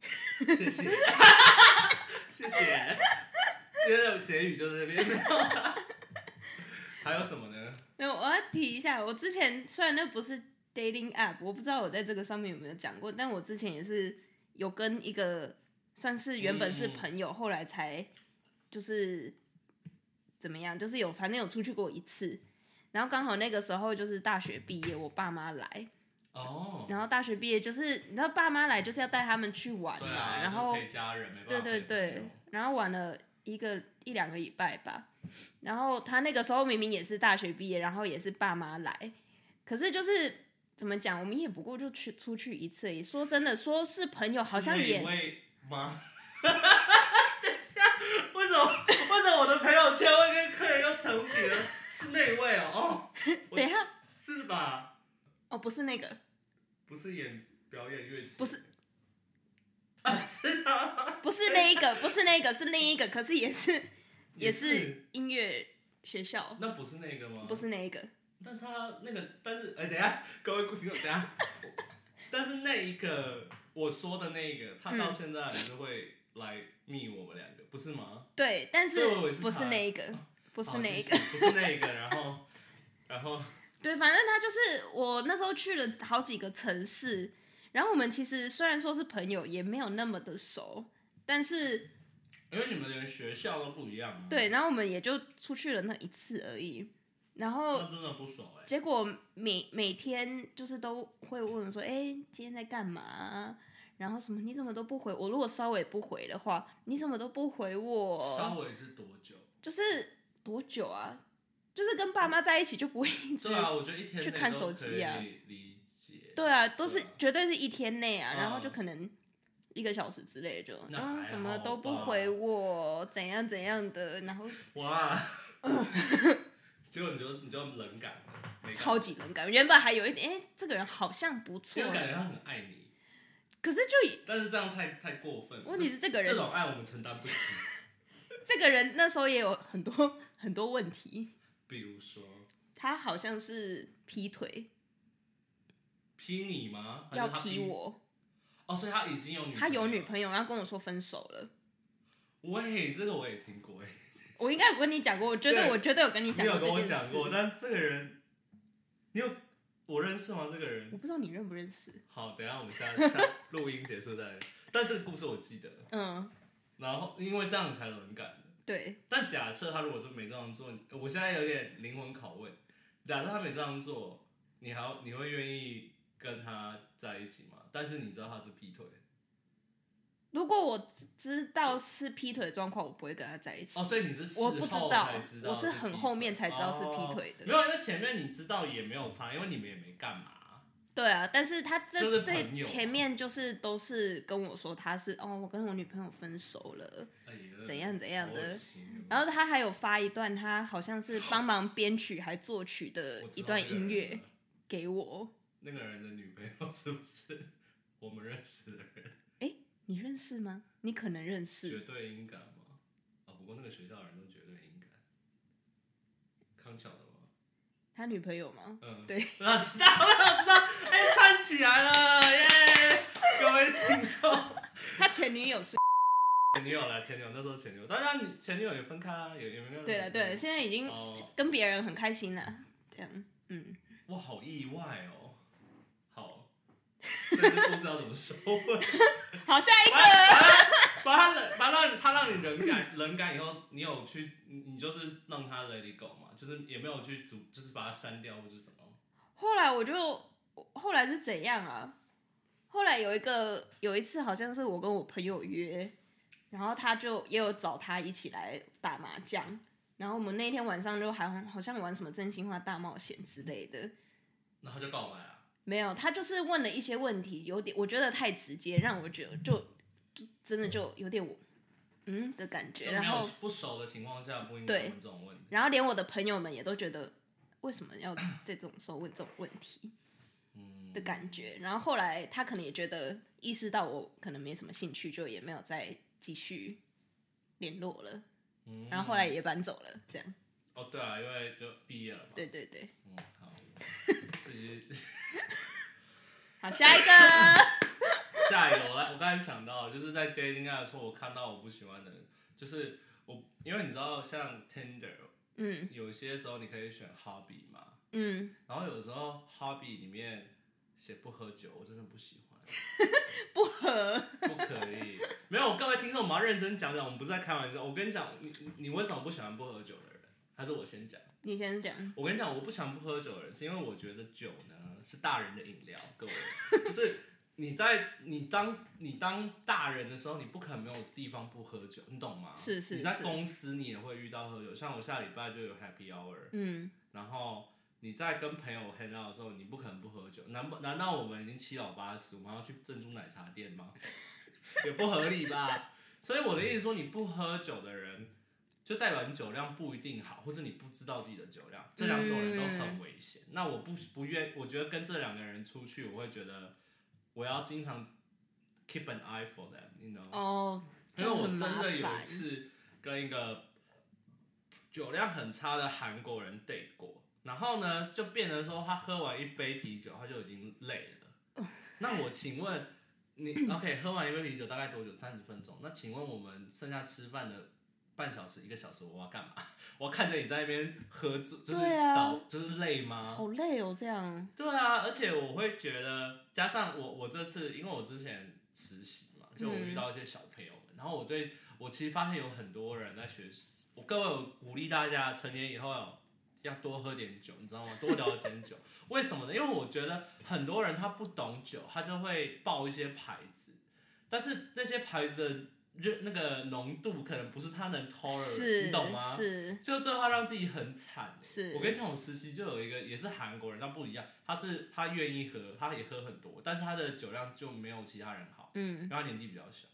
[SPEAKER 2] 谢谢， 谢谢。今天的结语就在这边。还有什么呢？
[SPEAKER 1] 没有，我要提一下，我之前虽然那不是 dating app，我不知道我在这个上面有没有讲过，但我之前也是有跟一个算是原本是
[SPEAKER 2] 嗯
[SPEAKER 1] 朋友，后来才就是怎么样，就是有反正有出去过一次，然后刚好那个时候就是大学毕业，我爸妈来，
[SPEAKER 2] 哦，
[SPEAKER 1] 然后大学毕业就是你知道爸妈来就是要带他们去玩
[SPEAKER 2] 对
[SPEAKER 1] 嘛，
[SPEAKER 2] 啊，
[SPEAKER 1] 然后
[SPEAKER 2] 就是陪家人，没办法
[SPEAKER 1] 对对
[SPEAKER 2] 陪
[SPEAKER 1] 对
[SPEAKER 2] 朋友，
[SPEAKER 1] 然后玩了一个一两个礼拜吧。然后他那个时候明明也是大学毕业，然后也是爸妈来，可是就是怎么讲，我们也不过就去出去一次而已。说真的，说是朋友好像
[SPEAKER 2] 是那
[SPEAKER 1] 也
[SPEAKER 2] 一位 吗？等一下，为什么为什么我的朋友圈会跟客人又重叠？是那一位哦，我
[SPEAKER 1] 等一下
[SPEAKER 2] 是吧？
[SPEAKER 1] 哦，不是那 个，
[SPEAKER 2] 不是演表演乐器，
[SPEAKER 1] 不是
[SPEAKER 2] 啊，是啊，
[SPEAKER 1] 不是那一个，不是那一个，是另一个，可是也是也
[SPEAKER 2] 也
[SPEAKER 1] 是音乐学校，
[SPEAKER 2] 那不是那个吗？
[SPEAKER 1] 不是那一个。
[SPEAKER 2] 但是他那个，但是哎、等一下，各位听众，等一 下，但是那一个我说的那一个，他到现在还是会来密我们两个，不是吗？
[SPEAKER 1] 对，但是
[SPEAKER 2] 对我以为是
[SPEAKER 1] 不
[SPEAKER 2] 他哦
[SPEAKER 1] 是那一个，不
[SPEAKER 2] 不
[SPEAKER 1] 是那一个。
[SPEAKER 2] 不是那一个，然后，然后
[SPEAKER 1] 对，反正他就是我那时候去了好几个城市，然后我们其实虽然说是朋友，也没有那么的熟，但
[SPEAKER 2] 嗯
[SPEAKER 1] 是
[SPEAKER 2] 因为你们连学校都不一样啊嘛。
[SPEAKER 1] 对，然后我们也就出去了那一次而已，然后
[SPEAKER 2] 那真的不熟哎、
[SPEAKER 1] 结果每每天就是都会问我说：“哎、今天在干嘛？”然后什么？你怎么都不回我？如果稍微不回的话，你怎么都不回
[SPEAKER 2] 稍
[SPEAKER 1] 我？
[SPEAKER 2] 微是多久？
[SPEAKER 1] 就是多久啊？就是跟爸妈在一起就不会一直
[SPEAKER 2] 对啊，我觉得一天
[SPEAKER 1] 去
[SPEAKER 2] 内
[SPEAKER 1] 看
[SPEAKER 2] 都
[SPEAKER 1] 手
[SPEAKER 2] 可
[SPEAKER 1] 机啊
[SPEAKER 2] 以理解。
[SPEAKER 1] 对啊，都是
[SPEAKER 2] 对啊
[SPEAKER 1] 绝对是一天内啊，
[SPEAKER 2] 嗯
[SPEAKER 1] 然后就可能一个小时之类就，
[SPEAKER 2] 那还好吧
[SPEAKER 1] 嗯，怎么都不回我，怎样怎样的，然后
[SPEAKER 2] 哇，结果你就你就冷感了，没感
[SPEAKER 1] 超级冷感。原本还有一点，哎、这个人好像不错
[SPEAKER 2] 因，为感觉他很爱你，
[SPEAKER 1] 可是就
[SPEAKER 2] 但是这样太太过分了。
[SPEAKER 1] 问题是这个人
[SPEAKER 2] 这，种爱我们承担不起，
[SPEAKER 1] 这个人那时候也有很多 很多问题，
[SPEAKER 2] 比如说
[SPEAKER 1] 他好像是劈腿，
[SPEAKER 2] 劈你吗？还是
[SPEAKER 1] 要
[SPEAKER 2] 他
[SPEAKER 1] 劈我，
[SPEAKER 2] 哦，所以他已经有女
[SPEAKER 1] 他有
[SPEAKER 2] 友
[SPEAKER 1] 女
[SPEAKER 2] 了。
[SPEAKER 1] 朋友，然后跟我说分手了。
[SPEAKER 2] 喂，这个我也听过哎，
[SPEAKER 1] 我应该有跟你讲过，我觉
[SPEAKER 2] 对
[SPEAKER 1] 得我绝对有跟你
[SPEAKER 2] 你
[SPEAKER 1] 讲
[SPEAKER 2] 有
[SPEAKER 1] 过
[SPEAKER 2] 跟我
[SPEAKER 1] 这件
[SPEAKER 2] 讲
[SPEAKER 1] 事。
[SPEAKER 2] 过，但这个人，你有我认识吗？这个人
[SPEAKER 1] 我不知道你认不认识，
[SPEAKER 2] 好，等一下我们下下录音结束再，但这个故事我记得，
[SPEAKER 1] 嗯，
[SPEAKER 2] 然后因为这样才冷感的。
[SPEAKER 1] 对，
[SPEAKER 2] 但假设他如果真没这样做，我现在有点灵魂拷问：假设他没这样做，你还要你会愿意跟他在一起吗？但是你知道他是劈腿
[SPEAKER 1] 如果我知知道是劈腿的状况，我不会跟他在一起。
[SPEAKER 2] 哦，所以你是事
[SPEAKER 1] 我不知
[SPEAKER 2] 后
[SPEAKER 1] 道
[SPEAKER 2] 才知道
[SPEAKER 1] 我
[SPEAKER 2] 是
[SPEAKER 1] 是很后面才知道是
[SPEAKER 2] 劈腿
[SPEAKER 1] 劈腿
[SPEAKER 2] 哦
[SPEAKER 1] 的
[SPEAKER 2] 没有，因为前面你知道也没有差，因为你们也没干嘛。
[SPEAKER 1] 对啊，但是他这、
[SPEAKER 2] 就是朋
[SPEAKER 1] 这
[SPEAKER 2] 友啊
[SPEAKER 1] 前面就是都是跟我说他是哦，我跟我女朋友分手了，
[SPEAKER 2] 哎呀
[SPEAKER 1] 怎样怎样的
[SPEAKER 2] 好恶心哦
[SPEAKER 1] 然后他还有发一段他好像是帮忙编曲还作曲的
[SPEAKER 2] 我知
[SPEAKER 1] 一
[SPEAKER 2] 道
[SPEAKER 1] 段
[SPEAKER 2] 那个
[SPEAKER 1] 音
[SPEAKER 2] 人
[SPEAKER 1] 乐
[SPEAKER 2] 了
[SPEAKER 1] 给我，
[SPEAKER 2] 那个人的女朋友是不是我们认识的人？
[SPEAKER 1] 你认识吗？你可能认
[SPEAKER 2] 绝
[SPEAKER 1] 识，
[SPEAKER 2] 对音感吗？啊、不过那个学校的人都绝对音感。康桥的吗？
[SPEAKER 1] 他女朋友吗？
[SPEAKER 2] 嗯，
[SPEAKER 1] 对，
[SPEAKER 2] 那知道了，知道，哎、串起来了，耶！各位听众，
[SPEAKER 1] 他前女友是。
[SPEAKER 2] 前女友啦，前女友那时候前女友，当然前女友也分开啊，也也没有。
[SPEAKER 1] 对 了对了，现在已经
[SPEAKER 2] 哦，
[SPEAKER 1] 跟别人很开心了，这样，嗯，
[SPEAKER 2] 我好意外哦。好，这个故事要怎么收 尾？
[SPEAKER 1] 好，下一
[SPEAKER 2] 把
[SPEAKER 1] 个，
[SPEAKER 2] 把他冷，把让他让你冷感，冷感以后，你有去，你你就是让他 let it go 嘛，就是也没有去阻，就是把他删掉或者什么。
[SPEAKER 1] 后来我就后来是怎样啊？后来有一个有一次好像是我跟我朋友约，然后他就也有找他一起来打麻将，然后我们那天晚上就还好像玩什么真心话大冒险之类的。
[SPEAKER 2] 然后就告白啊，
[SPEAKER 1] 没有，他就是问了一些问题，有点我觉得太直接，让我觉得就就真的就有点我嗯的感
[SPEAKER 2] 就
[SPEAKER 1] 觉，
[SPEAKER 2] 没
[SPEAKER 1] 然
[SPEAKER 2] 有
[SPEAKER 1] 后
[SPEAKER 2] 不熟的情况下不应该
[SPEAKER 1] 对
[SPEAKER 2] 问这种问题。
[SPEAKER 1] 然后连我的朋友们也都觉得为什么要在这种时候问这种问题。
[SPEAKER 2] 嗯
[SPEAKER 1] 的感觉。然后后来他可能也觉得意识到我可能没什么兴趣，就也没有再继续联络了。
[SPEAKER 2] 嗯
[SPEAKER 1] 然后后来也搬走了，这样。
[SPEAKER 2] 哦，对啊，因为就毕业了嘛。
[SPEAKER 1] 对对对，
[SPEAKER 2] 嗯， 好，自己
[SPEAKER 1] 好，下一个
[SPEAKER 2] 下一个，我来，我刚才想到，就是在 dating app 的时候，我看到我不喜欢的人，就是我，因为你知道，像 Tinder，
[SPEAKER 1] 嗯
[SPEAKER 2] 有些时候你可以选 hobby 嘛，
[SPEAKER 1] 嗯，
[SPEAKER 2] 然后有时候 hobby 里面写不喝酒，我真的不喜欢，
[SPEAKER 1] 不合。
[SPEAKER 2] 不可以。没有，各位听众，我们要认真讲讲，我们不是在开玩笑。我跟你讲，你你你为什么不喜欢不喝酒的人？还是我先讲。
[SPEAKER 1] 你先讲，
[SPEAKER 2] 我跟你讲，我不喜欢不喝酒的人，是因为我觉得酒呢是大人的饮料，各 位，就是你在你当你当大人的时候，你不可能没有地方不喝酒，你懂吗？
[SPEAKER 1] 是是
[SPEAKER 2] 你在
[SPEAKER 1] 是
[SPEAKER 2] 公司你也会遇到喝酒，像我下礼拜就有 happy hour，
[SPEAKER 1] 嗯，
[SPEAKER 2] 然后你在跟朋友 hang out 之后，你不可能不喝酒。难不难道我们已经七老八十，我们还要去珍珠奶茶店吗？也不合理吧。所以我的意思说，你不喝酒的人，就代表你酒量不一定好，或者你不知道自己的酒量，这两种人都很危险。那我不不愿，我觉得跟这两个人出去，我会觉得我要经常 keep an eye for them，you know。
[SPEAKER 1] 哦，
[SPEAKER 2] 因为我真
[SPEAKER 1] 就很麻
[SPEAKER 2] 的有一
[SPEAKER 1] 烦
[SPEAKER 2] 次跟一个酒量很差的韩国人 date 过，然后呢，就变成说他喝完一杯啤酒他就已经累
[SPEAKER 1] 哦
[SPEAKER 2] 了。那我请问 你，OK，喝完一杯啤酒大概多久？三十分钟。那请问我们剩下吃饭的半小时、一个小时，我要干嘛？ 我看着你在那边喝醉，就是
[SPEAKER 1] 对啊
[SPEAKER 2] 倒，就是累吗？
[SPEAKER 1] 好累哦，这样，
[SPEAKER 2] 对啊，而且我会觉得，加上我我这次，因为我之前实习嘛，就我遇到一些小朋友们，然后我对我其实发现有很多人在学，我各位我鼓励大家成年以后要要多喝点酒，你知道吗？多聊点酒，为什么呢？因为我觉得很多人他不懂酒，他就会报一些牌子，但是那些牌子的热那个浓度可能不是他能 tolerate，
[SPEAKER 1] 是
[SPEAKER 2] 你懂吗？
[SPEAKER 1] 是，
[SPEAKER 2] 就最后他让自己很惨。
[SPEAKER 1] 是
[SPEAKER 2] 我跟你讲，我实习就有一个也是韩国人，但不一样，他是他愿意喝，他也喝很多，但是他的酒量就没有其他人好，因
[SPEAKER 1] 嗯
[SPEAKER 2] 为他年纪比较小。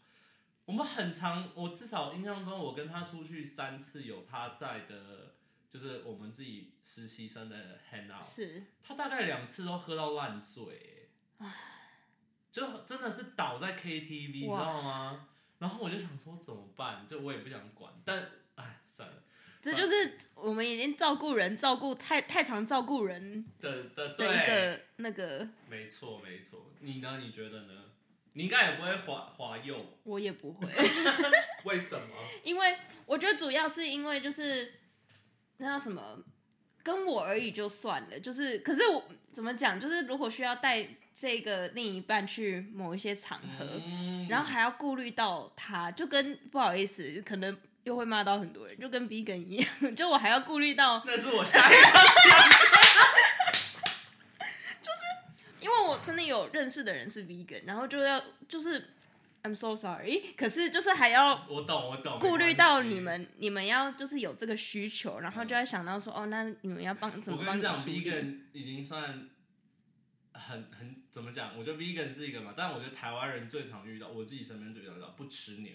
[SPEAKER 2] 我们很常，我至少印象中，我跟他出去三次，有他在的，就是我们自己实习生的 hang out，
[SPEAKER 1] 是，
[SPEAKER 2] 他大概两次都喝到烂醉、欸，就真的是倒在 KTV，你知
[SPEAKER 1] 哇
[SPEAKER 2] 道吗？然后我就想说怎么办，就我也不想管，但哎算了。
[SPEAKER 1] 这就是我们已经照顾人，照顾太太常照顾人
[SPEAKER 2] 的的
[SPEAKER 1] 的一
[SPEAKER 2] 对，
[SPEAKER 1] 个那个，
[SPEAKER 2] 没错没错。你呢？你觉得呢？你应该也不会滑滑右，
[SPEAKER 1] 我也不会。
[SPEAKER 2] 为什么？
[SPEAKER 1] 因为我觉得主要是因为就是那叫什么，跟我而已就算了，就是可是我怎么讲，就是如果需要带这个另一半去某一些场合，
[SPEAKER 2] 嗯，
[SPEAKER 1] 然后还要顾虑到他，就跟不好意思，可能又会骂到很多人，就跟 B 跟一样， 就我还要顾虑到，
[SPEAKER 2] 那是我下一个。
[SPEAKER 1] 因为我真的有认识的人是 B 跟，然后就要就是 I'm so sorry，可是就是还要
[SPEAKER 2] 我懂我懂，
[SPEAKER 1] 顾虑到你
[SPEAKER 2] 没关系。
[SPEAKER 1] 们，你们要就是有这个需求，然后就要想到说，哦，那你们要帮怎
[SPEAKER 2] 嗯我
[SPEAKER 1] 么
[SPEAKER 2] 跟
[SPEAKER 1] 帮
[SPEAKER 2] 你
[SPEAKER 1] 你
[SPEAKER 2] 讲
[SPEAKER 1] 们处理？
[SPEAKER 2] ，vegan 已经算很很怎么讲？我觉得 vegan 是一个嘛，但我觉得台湾人最常遇到，我自己身边最常遇到不吃牛。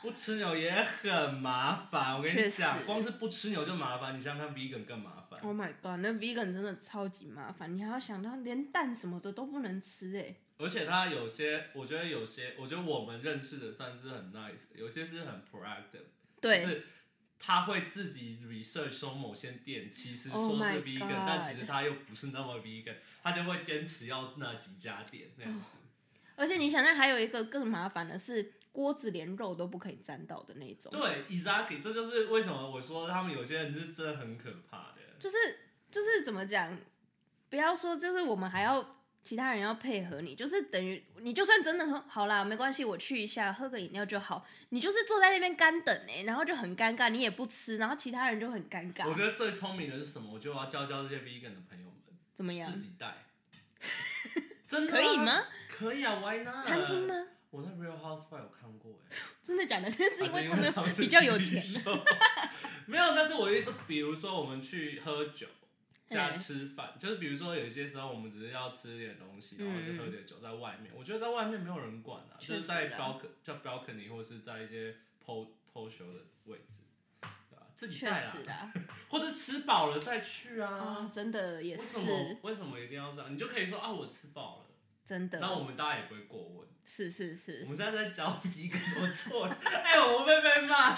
[SPEAKER 2] 不吃牛也很麻烦，我跟你
[SPEAKER 1] 哦确实
[SPEAKER 2] 讲，光是不吃牛就麻烦，你想想看 vegan 更麻烦。
[SPEAKER 1] Oh my god，那 vegan 真的超级麻烦，你还要想到连蛋什么的都不能吃哎、
[SPEAKER 2] 而且他有些，我觉得有些，我觉得我们认识的算是很 nice，的有些是很 proactive，就
[SPEAKER 1] 对，
[SPEAKER 2] 是他会自己 research 说某些店其实说
[SPEAKER 1] Oh
[SPEAKER 2] 是
[SPEAKER 1] my
[SPEAKER 2] vegan，、
[SPEAKER 1] God
[SPEAKER 2] 但其实他又不是那么 vegan，他就会坚持要那几家店那样子。
[SPEAKER 1] 而且你想想，还有一个更麻烦的是，锅子连肉都不可以沾到的那种，
[SPEAKER 2] 对，exactly，这就是为什么我说他们有些人是真的很可怕的。
[SPEAKER 1] 就是就是怎么讲？不要说就是我们还要。其他人要配合你，就是等于你就算真的说好啦，没关系，我去一下喝个饮料就好。你就是坐在那边干等哎、然后就很尴尬，你也不吃，然后其他人就很尴尬。
[SPEAKER 2] 我觉得最聪明的是什么？我觉得我要教教这些 vegan 的朋友们，
[SPEAKER 1] 怎么样
[SPEAKER 2] 自？己带。真的、啊
[SPEAKER 1] 可以吗？？
[SPEAKER 2] 可以啊，Why not？
[SPEAKER 1] 餐厅？吗？
[SPEAKER 2] 我在 Real Housewife 有看过哎、
[SPEAKER 1] 真的假的？那是因为他
[SPEAKER 2] 啊还是
[SPEAKER 1] 们
[SPEAKER 2] 他们是
[SPEAKER 1] 比较有钱
[SPEAKER 2] 自己收 没有，但是我的意思，比如说我们去喝酒加
[SPEAKER 1] 嘿
[SPEAKER 2] 吃饭，就是比如说有些时候我们只是要吃点东西，然后就喝点酒在外面。我觉得在外面没有人管啊，就
[SPEAKER 1] 嗯确
[SPEAKER 2] 是
[SPEAKER 1] 实
[SPEAKER 2] 在
[SPEAKER 1] 啊
[SPEAKER 2] balcony 叫 balcony 或是在一些 po po show 的位置，对吧？自己
[SPEAKER 1] 确
[SPEAKER 2] 带啦，啊
[SPEAKER 1] 实啦，
[SPEAKER 2] 或者吃饱了再去
[SPEAKER 1] 啊
[SPEAKER 2] 啊。，
[SPEAKER 1] 真的也
[SPEAKER 2] 为什么
[SPEAKER 1] 是，嗯
[SPEAKER 2] 为什么一定要这样？你就可以说啊，我吃饱了，
[SPEAKER 1] 真
[SPEAKER 2] 然后
[SPEAKER 1] 的，
[SPEAKER 2] 我们大家也不会过问。
[SPEAKER 1] 是是是
[SPEAKER 2] 我。们现在在教一个怎么做， 哎、我会被骂。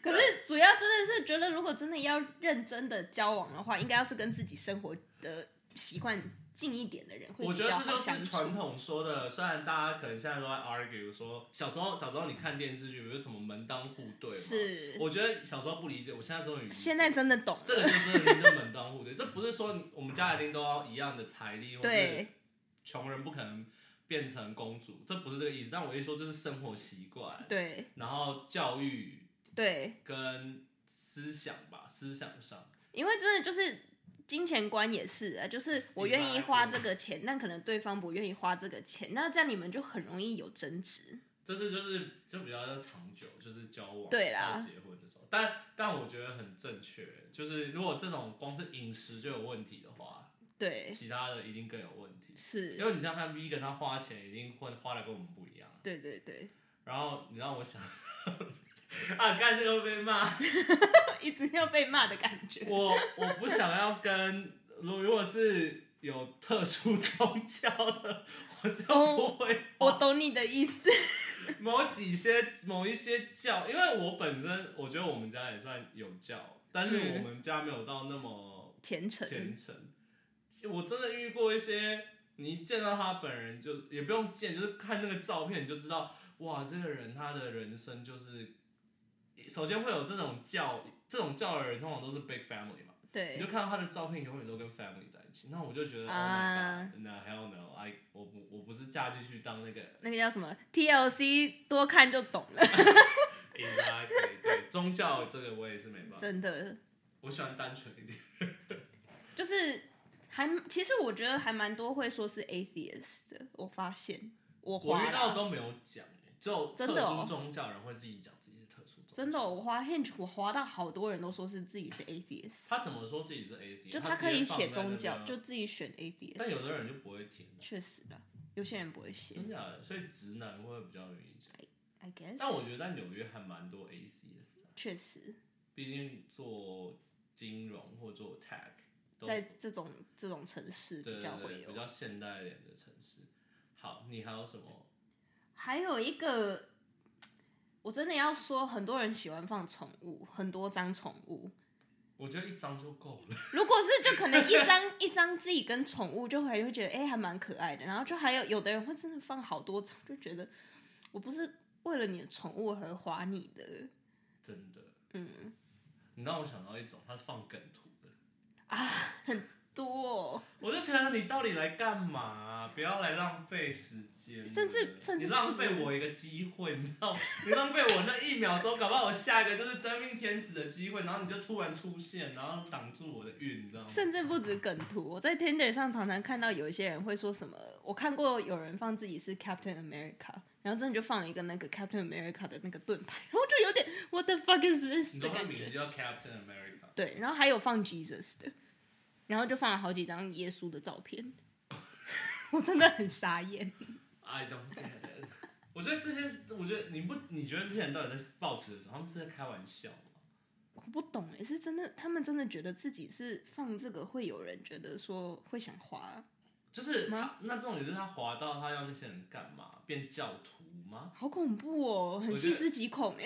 [SPEAKER 1] 可是主要真的是觉得，如果真的要认真的交往的话，应该要是跟自己生活的习惯近一点的人，会
[SPEAKER 2] 我
[SPEAKER 1] 比
[SPEAKER 2] 觉得
[SPEAKER 1] 较
[SPEAKER 2] 这
[SPEAKER 1] 好
[SPEAKER 2] 就
[SPEAKER 1] 相
[SPEAKER 2] 是传
[SPEAKER 1] 处。
[SPEAKER 2] 统说的，虽然大家可能现在都在 argue 说，小时候小时候你看电视剧，比如什么门当户对嘛，
[SPEAKER 1] 是，
[SPEAKER 2] 我觉得小时候不理解，我现在终于理解
[SPEAKER 1] 现在真的懂了，
[SPEAKER 2] 这个就真的是门当户对，这不是说你我们家一定都要一样的财力，或是
[SPEAKER 1] 对，
[SPEAKER 2] 穷人不可能变成公主，这不是这个意思。但我一说就是生活习惯，
[SPEAKER 1] 对
[SPEAKER 2] 然后教育
[SPEAKER 1] 对，
[SPEAKER 2] 跟思想吧，思想上，
[SPEAKER 1] 因为真的就是金钱观也是啊，就是我愿意花这个钱，但可能对方不愿意花这个钱，那这样你们就很容易有争执。
[SPEAKER 2] 这是就是就比较像长久，就是交往
[SPEAKER 1] 对
[SPEAKER 2] 到
[SPEAKER 1] 啦
[SPEAKER 2] 结婚的时候，但但我觉得很正确，就是如果这种光是饮食就有问题的话，
[SPEAKER 1] 对，
[SPEAKER 2] 其他的一定更有问题。
[SPEAKER 1] 是
[SPEAKER 2] 因，为你像看 V 跟他花钱一定会花的跟我们不一样啊，
[SPEAKER 1] 对对对，
[SPEAKER 2] 然后你让我想， 啊，干这个被骂，
[SPEAKER 1] 一直要被骂的感觉。
[SPEAKER 2] 我我不想要跟，如如果是有特殊宗教的，我就
[SPEAKER 1] 哦
[SPEAKER 2] 不会花
[SPEAKER 1] 我懂你的意思，
[SPEAKER 2] 某几些某一些教，因为我本身我觉得我们家也算有教，但是
[SPEAKER 1] 嗯
[SPEAKER 2] 我们家没有到那么
[SPEAKER 1] 虔诚，
[SPEAKER 2] 虔诚。我真的遇过一些，你一见到他本人就也不用见，就是看那个照片你就知道，哇，这个人他的人生就是首先会有这种叫这种叫的人，通常都是 big family 嘛，你
[SPEAKER 1] 对
[SPEAKER 2] 就看到他的照片永远都跟 family 在一起，那我就觉得、
[SPEAKER 1] 啊
[SPEAKER 2] oh my god，那 hell no，I 我不我不是嫁进去当那个
[SPEAKER 1] 那个叫什么 TLC，多看就懂了，
[SPEAKER 2] exactly 对宗教这个我也是没办法，
[SPEAKER 1] 真的
[SPEAKER 2] 我喜欢单纯一 点，
[SPEAKER 1] 就是还其实我觉得还蛮多会说是 atheist 的，我发现我
[SPEAKER 2] 我
[SPEAKER 1] 花
[SPEAKER 2] 遇到的
[SPEAKER 1] 啦
[SPEAKER 2] 都没有讲、欸，只有
[SPEAKER 1] 真的
[SPEAKER 2] 特殊
[SPEAKER 1] 哦
[SPEAKER 2] 宗教人会自己讲自己是特殊宗教，
[SPEAKER 1] 真的哦、我花 Hinge 我滑到好多人都说是自己是 atheist，
[SPEAKER 2] 他怎么说自己是 A D？
[SPEAKER 1] 就
[SPEAKER 2] 他
[SPEAKER 1] 可
[SPEAKER 2] 直
[SPEAKER 1] 以
[SPEAKER 2] 接放
[SPEAKER 1] 写
[SPEAKER 2] 在那
[SPEAKER 1] 宗教，
[SPEAKER 2] 边啊
[SPEAKER 1] 就自己选 atheist，
[SPEAKER 2] 但有的人就不会听，啊
[SPEAKER 1] 确实的，有些人不会写
[SPEAKER 2] 真假的，所以直男会比较容易讲。
[SPEAKER 1] ，I guess，
[SPEAKER 2] 但我觉得在纽约还蛮多 A C S，
[SPEAKER 1] 确实
[SPEAKER 2] 毕竟做金融或做 tech 都
[SPEAKER 1] 在这种这种城市
[SPEAKER 2] 对
[SPEAKER 1] 比
[SPEAKER 2] 对
[SPEAKER 1] 较
[SPEAKER 2] 对
[SPEAKER 1] 会
[SPEAKER 2] 比
[SPEAKER 1] 有。
[SPEAKER 2] 较现代一点的城市。好，你还有什么？
[SPEAKER 1] 还有一个，我真的要说，很多人喜欢放宠物，很多张宠物。
[SPEAKER 2] 我觉得一张就够了。
[SPEAKER 1] 如果是就可能一张一张自己跟宠物，就还会觉得哎、还蛮可爱的。然后就还有有的人会真的放好多张，就觉得我不是为了你的宠物而划你的
[SPEAKER 2] 真的。嗯。你让我想到一种，他放梗图的，
[SPEAKER 1] 多哦、
[SPEAKER 2] 我就觉得你到底来干嘛、不要来浪费时间，
[SPEAKER 1] 甚至甚
[SPEAKER 2] 你
[SPEAKER 1] 至
[SPEAKER 2] 浪费我一个机会，你知 道吗？你浪费我那一秒钟，搞不好我下一个就是真命天子的机会，然后你就突然出现，然后挡住我的运，你知道吗？
[SPEAKER 1] 甚至不止梗图，我在 Tinder 上常常看到有一些人会说什么，我看过有人放自己是 Captain America，然后真的就放了一个那个 Captain America 的那个盾牌，然后就有点 What the fuck is
[SPEAKER 2] 你
[SPEAKER 1] this
[SPEAKER 2] 知
[SPEAKER 1] 的
[SPEAKER 2] 道他
[SPEAKER 1] 感
[SPEAKER 2] 名字
[SPEAKER 1] 觉。
[SPEAKER 2] 叫 Captain America，
[SPEAKER 1] 对，然后还有放 Jesus 的，然后就放了好几张耶稣的照片， 我真的很傻眼。
[SPEAKER 2] I don't get it。我 觉得这些是，我觉得你不，你觉得这些人到底在抱持的时候，他们是在开玩笑吗？
[SPEAKER 1] 我不懂哎，是真的，他们真的觉得自己是放这个会有人觉得说会想滑，
[SPEAKER 2] 就是
[SPEAKER 1] 吗
[SPEAKER 2] 他，那重点是他滑到他要那些人干嘛？变教徒吗？
[SPEAKER 1] 好恐怖哦，很
[SPEAKER 2] 我觉
[SPEAKER 1] 细
[SPEAKER 2] 得
[SPEAKER 1] 思极恐 哎。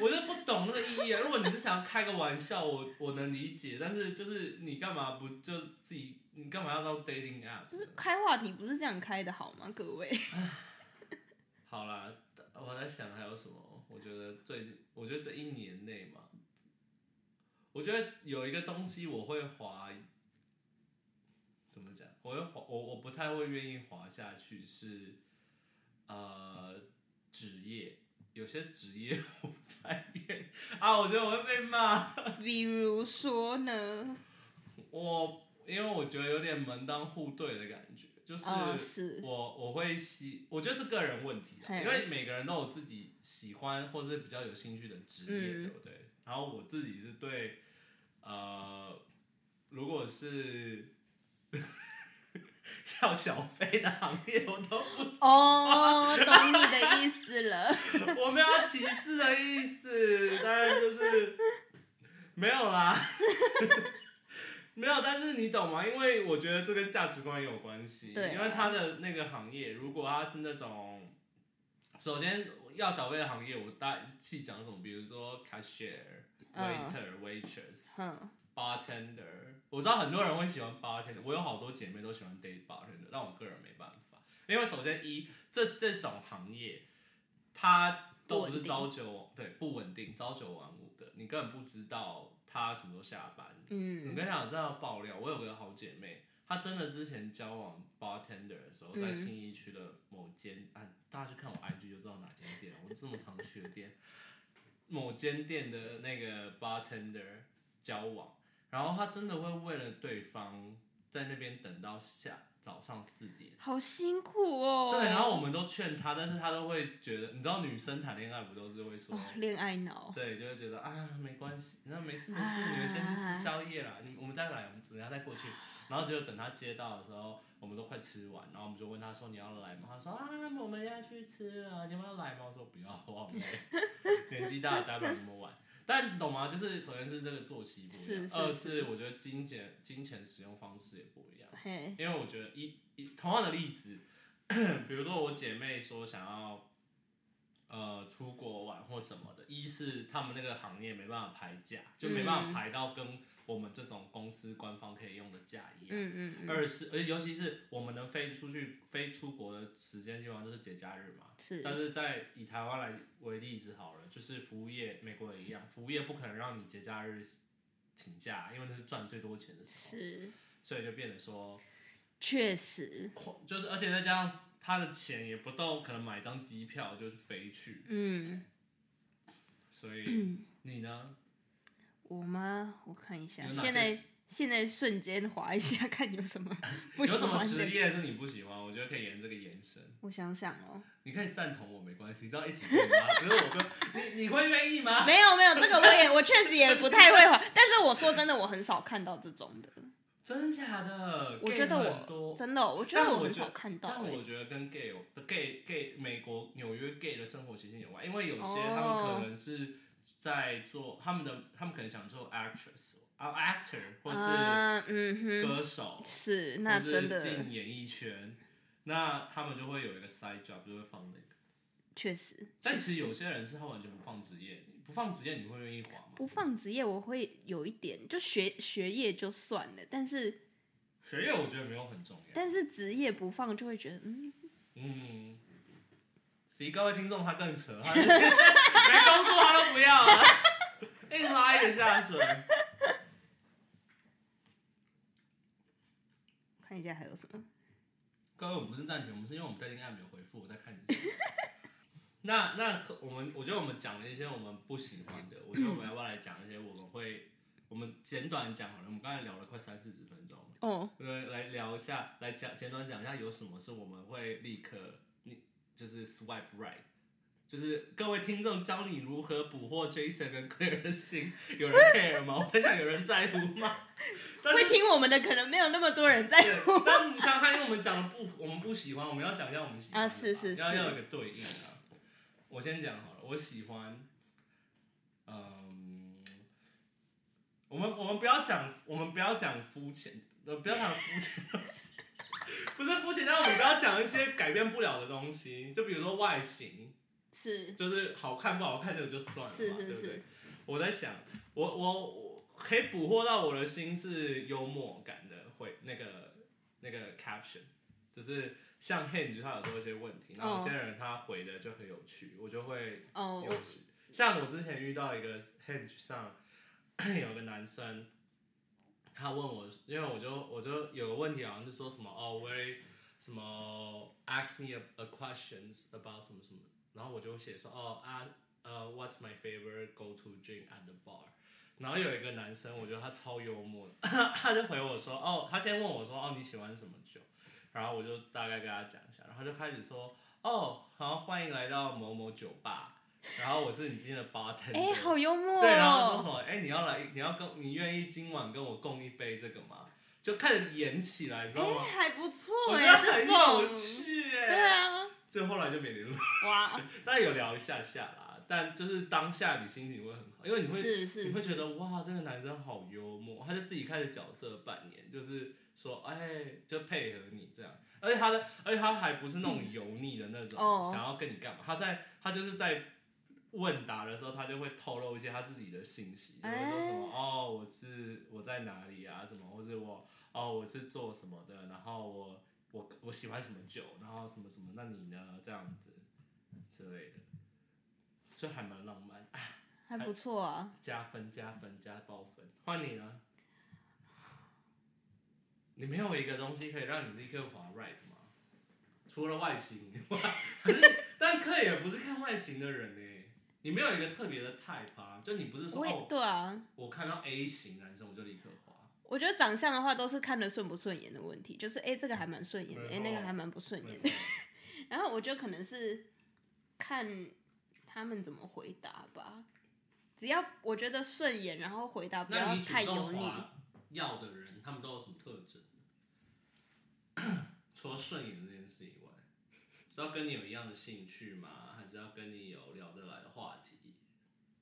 [SPEAKER 2] 我就不懂那个意义啊。如果你是想要开个玩笑，我我能理解，但是就是你干嘛不就自己，你干嘛要到 dating app？
[SPEAKER 1] 就是开话题不是这样开的好吗？各位，
[SPEAKER 2] 好啦，我在想还有什么？我觉得最近，我觉得这一年内嘛，我觉得有一个东西我会滑，怎么讲？我会滑，我我不太会愿意滑下去是，呃，职业。有些职业 我不太愿意啊，我觉得我会被骂。
[SPEAKER 1] 比如说呢，
[SPEAKER 2] 我因为我觉得有点门当户对的感觉，就是
[SPEAKER 1] 啊是
[SPEAKER 2] 我我会喜，我觉得是个人问题啊，
[SPEAKER 1] 嘿
[SPEAKER 2] 因为每个人都有自己喜欢或是比较有兴趣的职业，
[SPEAKER 1] 嗯
[SPEAKER 2] 对不对？然后我自己是对，呃，如果是 要小费的行业，我都不行
[SPEAKER 1] 哦，懂你的意思了。
[SPEAKER 2] 我没有要歧视的意思，但是就是没有啦， 没有。但是你懂吗？因为我觉得这跟价值观也有关系，
[SPEAKER 1] 对啊
[SPEAKER 2] 因为他的那个行业，如果他是那种，首先要小费的行业，我大概细讲什么，比如说 cashier、
[SPEAKER 1] 嗯
[SPEAKER 2] waiter、waitress、
[SPEAKER 1] 哼，
[SPEAKER 2] bartender，我知道很多人会喜欢 bartender，我有好多姐妹都喜欢 date bartender，但我个人没办法，因为首先一这这种行业，它都不
[SPEAKER 1] 不
[SPEAKER 2] 是
[SPEAKER 1] 稳定
[SPEAKER 2] 朝九晚对不稳定，朝九晚五的，你根本不知道他什么时候下班。我
[SPEAKER 1] 嗯
[SPEAKER 2] 跟你讲，真的要爆料，我有个好姐妹，她真的之前交往 bartender 的时候，
[SPEAKER 1] 嗯
[SPEAKER 2] 在信义区的某间、啊，大家去看我 IG 就知道哪间店，我这么常去的店，某间店的那个 bartender 交往，然后她真的会为了对方在那边等到下早上四点。
[SPEAKER 1] 好辛苦哦。
[SPEAKER 2] 对，然后我们都劝她，但是她都会觉得，你知道女生谈恋爱不都是会说，
[SPEAKER 1] 哦恋爱脑，
[SPEAKER 2] 对，就会觉得啊，没关系，那没事没事，你们先去吃宵夜啦，你们我们再来，我们等一下再 过去。然后只有等他接到的时候，我们都快吃完，然后我们就问他说你要来吗？他说啊，我们要去吃了，你们要来吗？我说不要，我好累， 年纪大了待不了那么晚。但你懂吗？就是首先是这个作息不一样
[SPEAKER 1] 是，是
[SPEAKER 2] 二
[SPEAKER 1] 是
[SPEAKER 2] 是我觉得金钱金钱使用方式也不一样。
[SPEAKER 1] 嘿，
[SPEAKER 2] 因为我觉得 一一同样的例子，比如说我姐妹说想要呃出国玩或什么的，一是他们那个行业没办法排假，就没办
[SPEAKER 1] 嗯
[SPEAKER 2] 法排到跟我们这种公司官方可以用的假一样。
[SPEAKER 1] 嗯嗯嗯，
[SPEAKER 2] 二是，而且尤其是我们能飞出去、飞出国的时间，基本上都是节假日嘛。
[SPEAKER 1] 是
[SPEAKER 2] 但是在以台湾来为例子好了，就是服务业，美国也一样，服务业不可能让你节假日请假，因为那是赚最多钱的时候，
[SPEAKER 1] 是，
[SPEAKER 2] 所以就变得说，
[SPEAKER 1] 确实，
[SPEAKER 2] 就是而且再加上他的钱也不够，可能买张机票就是飞去，
[SPEAKER 1] 嗯，
[SPEAKER 2] 所以你呢？
[SPEAKER 1] 我吗？我看一下，
[SPEAKER 2] 有哪些
[SPEAKER 1] 现在现在瞬间划一下， 看有什 么
[SPEAKER 2] 有
[SPEAKER 1] 不喜
[SPEAKER 2] 什么
[SPEAKER 1] 欢
[SPEAKER 2] 职
[SPEAKER 1] 的。
[SPEAKER 2] 业是你不喜欢？我觉得可以沿这个延伸，
[SPEAKER 1] 我想想 哦，
[SPEAKER 2] 你可以赞同我没关系，只要一起去吗？可是我不，你你会愿意吗？
[SPEAKER 1] 没有没有，这个我也我确实也不太会划，但是我说真的，我很少看到这种的。
[SPEAKER 2] 真假的？
[SPEAKER 1] 我觉得
[SPEAKER 2] gay 很
[SPEAKER 1] 我
[SPEAKER 2] 多
[SPEAKER 1] 真的，哦我觉
[SPEAKER 2] 但
[SPEAKER 1] 得
[SPEAKER 2] 我
[SPEAKER 1] 很
[SPEAKER 2] 觉
[SPEAKER 1] 少
[SPEAKER 2] 得
[SPEAKER 1] 看到、
[SPEAKER 2] 但
[SPEAKER 1] 欸
[SPEAKER 2] 我觉得跟 gay 有 gay gay 美国纽约 gay 的生活习性有关，因为有些
[SPEAKER 1] 哦
[SPEAKER 2] 他们可能是在做他们的，他们可能想做 actress 啊 actor 或是
[SPEAKER 1] 啊，嗯哼，
[SPEAKER 2] 歌手，
[SPEAKER 1] 是
[SPEAKER 2] 或
[SPEAKER 1] 那真
[SPEAKER 2] 是
[SPEAKER 1] 的
[SPEAKER 2] 进演艺圈，那他们就会有一个 side job，就会放那个。
[SPEAKER 1] 确实
[SPEAKER 2] 但其实有些人是他完全不放职业，不放职业你会愿意滑吗？
[SPEAKER 1] 不放职业，我会有一点就学学业就算了，但是
[SPEAKER 2] 学业我觉得没有很重要。
[SPEAKER 1] 但是职业不放就会觉得嗯，
[SPEAKER 2] 嗯，谁各位听众他更扯， 他没工作他都不要啊，硬拉一个下水。
[SPEAKER 1] 看一下还有什么，
[SPEAKER 2] 各位，我们不是暂停，我们是因为我们在那个按钮回复，我在看你。 那那我们，我觉得我们讲了一些我们不喜欢的，我觉得我们要不要来讲一些我们会，我们简短讲好了。我们刚才聊了快三四十分钟了，
[SPEAKER 1] 哦，
[SPEAKER 2] 来来聊一下，来讲简短讲一下有什么是我们会立刻你就是 swipe right，就是各位听众教你如何捕获 Jason 跟 Claire 的心，有人 care 吗？我在想有人在乎吗？ 但
[SPEAKER 1] 会
[SPEAKER 2] 是
[SPEAKER 1] 听我们的可能没有那么多人在
[SPEAKER 2] 对
[SPEAKER 1] 乎，
[SPEAKER 2] 但你想想看，因为我们讲的不，我们不喜欢，我们要讲一下我们喜欢的吧
[SPEAKER 1] 啊是是
[SPEAKER 2] 要
[SPEAKER 1] 是
[SPEAKER 2] 要有一个对应啊。我先讲好了，我喜欢，嗯，我们我们不要讲，我们不要讲肤浅，呃，不要讲肤浅的东西， 不是肤浅，但我们不要讲一些改变不了的东西，就比如说外形，
[SPEAKER 1] 是
[SPEAKER 2] 就是好看不好看这个就算了嘛，
[SPEAKER 1] 是是
[SPEAKER 2] 对不对
[SPEAKER 1] 是？，
[SPEAKER 2] 我在想，我我我可以捕获到我的心是幽默感的回那个那个 caption，就是像 Hinge 他有说一些问题，然后有些人他回的就很有趣，我就会
[SPEAKER 1] 哦，
[SPEAKER 2] 有
[SPEAKER 1] 我
[SPEAKER 2] 趣。像我之前遇到一个 Hinge 上 有个男生，他问我，因为我就我就有个问题，好像是说什么哦，very 什么 ask me a, a questions about 什么什么，然后我就写说哦啊呃、what's my favorite go to drink at the bar，然后有一个男生，我觉得他超幽默的， 他就回我说哦，他先问我说哦你喜欢什么酒，然后我就大概跟他讲一下，然后他就开始说哦好欢迎来到某某酒吧，然后我是你今天的 bartender，
[SPEAKER 1] 哎、好幽默
[SPEAKER 2] 对，然后说什
[SPEAKER 1] 哦，
[SPEAKER 2] 么？哎、你要来，你要跟，你愿意今晚跟我共一杯这个吗？就开始演起来，你知
[SPEAKER 1] 哎、
[SPEAKER 2] 道吗？
[SPEAKER 1] 还不错
[SPEAKER 2] 我觉
[SPEAKER 1] 哎、
[SPEAKER 2] 得
[SPEAKER 1] 这
[SPEAKER 2] 很有
[SPEAKER 1] 种，
[SPEAKER 2] 趣哎、
[SPEAKER 1] 对啊，
[SPEAKER 2] 就后来就没联络，
[SPEAKER 1] 哇，
[SPEAKER 2] 但有聊一下下啦。但就是当下你心情会很好，因为你会
[SPEAKER 1] 是是
[SPEAKER 2] 你会
[SPEAKER 1] 是
[SPEAKER 2] 觉得哇，这个男生好幽默，他就自己开始角色扮演，就是说哎、就配合你这样。而且他的，而且他还不是那种油腻的那种，
[SPEAKER 1] 哦
[SPEAKER 2] 想要跟你干嘛？他在他就是在问答的时候，他就会透露一些他自己的信息，就会说什
[SPEAKER 1] 哎
[SPEAKER 2] 么、哦，我是我在哪里啊，什么，或者我哦我是做什么的，然后我我我喜欢什么酒，然后什么什么，那你呢？这样子之类的，所以还蛮浪漫，啊
[SPEAKER 1] 还不错啊，
[SPEAKER 2] 加分加分加爆分。换你呢？你没有一个东西可以让你立刻滑 right 吗？除了外形 以外，可是但克也不是看外形的人呢、你没有一个特别的 type 啊，就你不是说
[SPEAKER 1] 我也
[SPEAKER 2] 哦，
[SPEAKER 1] 对啊。
[SPEAKER 2] 我看到 A 型男生我就立刻滑，
[SPEAKER 1] 我觉得长相的话都是看得顺不顺眼的问题，就是哎、这个还蛮顺眼的，哎、
[SPEAKER 2] 没错
[SPEAKER 1] 那个还蛮不顺眼的。然后我觉得可能是看他们怎么回答吧，只要我觉得顺眼，然后回答不
[SPEAKER 2] 那
[SPEAKER 1] 要
[SPEAKER 2] 你主
[SPEAKER 1] 太油
[SPEAKER 2] 动
[SPEAKER 1] 腻。
[SPEAKER 2] 滑要的人，他们都有什么特征？ 除了顺眼这件事以外，是要跟你有一样的兴趣吗？还是要跟你有聊得来的话题？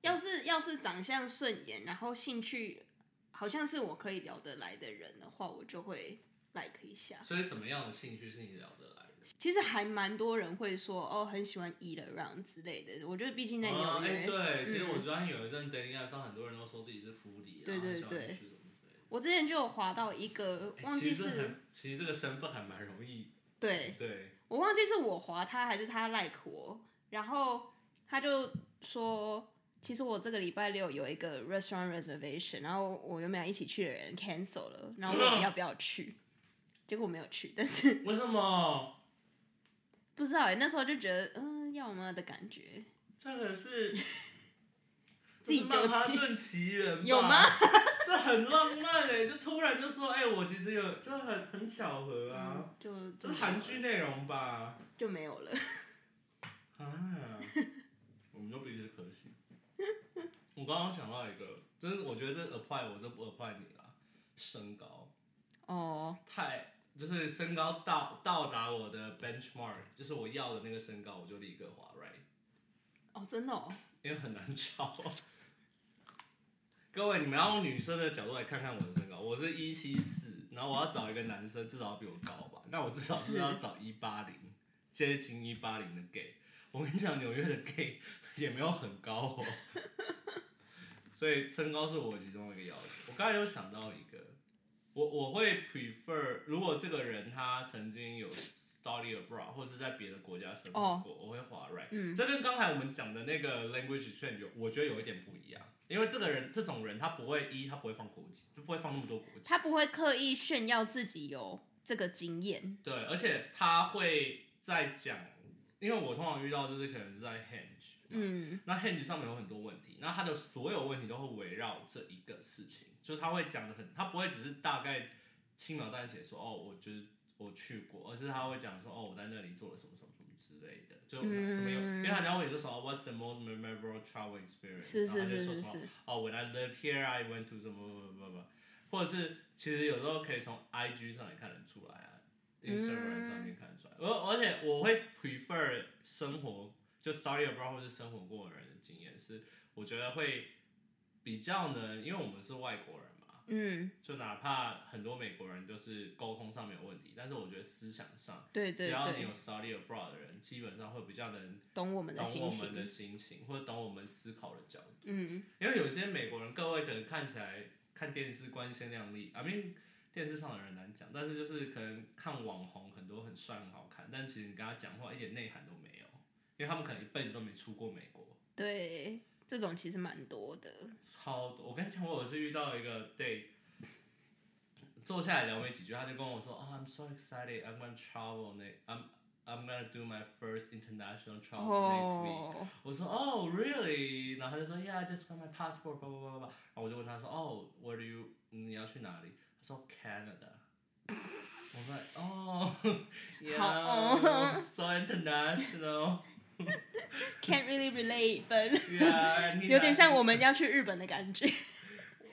[SPEAKER 1] 要是要是长相顺眼，然后兴趣好像是我可以聊得来的人的话，我就会 like 一下。
[SPEAKER 2] 所以什么样的兴趣是你聊得来的？
[SPEAKER 1] 其实还蛮多人会说哦，很喜欢 e 的 round 之类的。我觉得毕竟在纽
[SPEAKER 2] 哦
[SPEAKER 1] 约，
[SPEAKER 2] 哎对，其实
[SPEAKER 1] 嗯
[SPEAKER 2] 我昨天有一阵 dating app 上很多人都说自己是福利，
[SPEAKER 1] 对
[SPEAKER 2] 然后
[SPEAKER 1] 对
[SPEAKER 2] 喜欢
[SPEAKER 1] 对
[SPEAKER 2] 吃什么之类的
[SPEAKER 1] 我之前就有滑到一个，
[SPEAKER 2] 哎
[SPEAKER 1] 忘记
[SPEAKER 2] 其实
[SPEAKER 1] 是、
[SPEAKER 2] 很，其实这个身份还蛮容易，
[SPEAKER 1] 对
[SPEAKER 2] 对，
[SPEAKER 1] 我忘记是我滑他还是他 like 我，然后他就说，其实我这个礼拜六有一个 restaurant reservation，然后我原本要一起去的人 cancel 了，然 后问我要不要去，结果我没有去，但是
[SPEAKER 2] 为什么？
[SPEAKER 1] 不知道哎、那时候就觉得嗯要吗的感觉，
[SPEAKER 2] 这个 是
[SPEAKER 1] 自己
[SPEAKER 2] 这是曼哈
[SPEAKER 1] 丢弃
[SPEAKER 2] 顿奇缘吧
[SPEAKER 1] 有吗？
[SPEAKER 2] 这很浪漫哎、就突然就说哎、我其实有，就很很巧合
[SPEAKER 1] 嗯
[SPEAKER 2] 啊，
[SPEAKER 1] 就
[SPEAKER 2] 这
[SPEAKER 1] 就是没有
[SPEAKER 2] 韩
[SPEAKER 1] 了
[SPEAKER 2] 剧内容吧？
[SPEAKER 1] 就没有了。
[SPEAKER 2] 啊，我们都比这可 惜。我刚刚想到一个，真是我觉得这 apply 我这不 apply 你啦，身高。
[SPEAKER 1] 哦，
[SPEAKER 2] 太就是身高到到达我的 benchmark，就是我要的那个身高，我就立刻滑 right，
[SPEAKER 1] 哦，真的哦，
[SPEAKER 2] 因为很难找。各位，你们要用女生的角度来看看我的身高，我是一七四，然后我要找一个男生至少要比我高吧，那我至少
[SPEAKER 1] 是
[SPEAKER 2] 是要找一八零，接近一八零的 gay。我跟你讲，纽约的 gay 也没有很高哦， 所以身高是我其中的一个要求。我刚才有想到一个，我我会 prefer 如果这个人他曾经有 study abroad 或是在别的国家生活
[SPEAKER 1] 哦
[SPEAKER 2] 过我会划 right。
[SPEAKER 1] 嗯
[SPEAKER 2] 这跟刚才我们讲的那个 language change 有我觉得有一点不一样，因为这个人这种人他不会一他不会放国籍，就不会放那么多国籍
[SPEAKER 1] 他。不会刻意炫耀自己有这个经验，
[SPEAKER 2] 对，而且他会在讲，因为我通常遇到就是可能是在 Hinge，嗯，
[SPEAKER 1] 嗯，
[SPEAKER 2] 那 Hinge 上面有很多问题，那他的所有问题都会围绕这一个事情，就是他会讲的很，他不会只是大概轻描淡写说哦，我就是我去过，而是他会讲说哦，我在那里做了什么什么什么之类的，就
[SPEAKER 1] 嗯
[SPEAKER 2] 什么有，因为他讲会说什么 What's the most memorable travel experience，
[SPEAKER 1] 是是
[SPEAKER 2] 然后他
[SPEAKER 1] 是
[SPEAKER 2] 就说
[SPEAKER 1] 是
[SPEAKER 2] 什么
[SPEAKER 1] 是，
[SPEAKER 2] 哦，When I live here, I went to 什么什么什么，或者是其实有时候可以从 IG 上也看得出来啊，Instagram 上面看得出来。而、而且我会 prefer 生活就 study abroad 或是生活过的人的经验是，我觉得会比较能，因为我们是外国人嘛，
[SPEAKER 1] 嗯，
[SPEAKER 2] 就哪怕很多美国人就是沟通上面有问题，但是我觉得思想上，
[SPEAKER 1] 对
[SPEAKER 2] 只
[SPEAKER 1] 对
[SPEAKER 2] 要你
[SPEAKER 1] 对
[SPEAKER 2] 有，study abroad 的人，基本上会比较能
[SPEAKER 1] 懂我们的
[SPEAKER 2] 懂
[SPEAKER 1] 心
[SPEAKER 2] 我
[SPEAKER 1] 情
[SPEAKER 2] 们，的心情，或者懂我们思考的角度。
[SPEAKER 1] 嗯，
[SPEAKER 2] 因为有些美国人，各位可能看起来看电视光鲜亮丽，I mean 电视上的人很难讲，但是就是可能看网红很多很帅很好看，但其实你跟他讲话一点内涵都没有，因为他们可能一辈子都没出过美国。
[SPEAKER 1] 对，这种其实蛮多的，
[SPEAKER 2] 超多。我跟你讲，我有一次遇到一个 date，坐下来聊没几句，他就跟我说：“啊、i m so excited, I'm gonna travel ne- I'm I'm gonna do my first international travel next week。”
[SPEAKER 1] 哦，
[SPEAKER 2] 我说哦、really，然后他就说 yeah just got my passport，叭叭叭叭叭，然后我就问他说哦、where do you 你要去哪里？他说 Canada。我 说 哦、
[SPEAKER 1] 好哦
[SPEAKER 2] yeah，so international，yeah，
[SPEAKER 1] Can't really relate, but
[SPEAKER 2] 你
[SPEAKER 1] 有点
[SPEAKER 2] 哪
[SPEAKER 1] 像我们要去日本的感觉，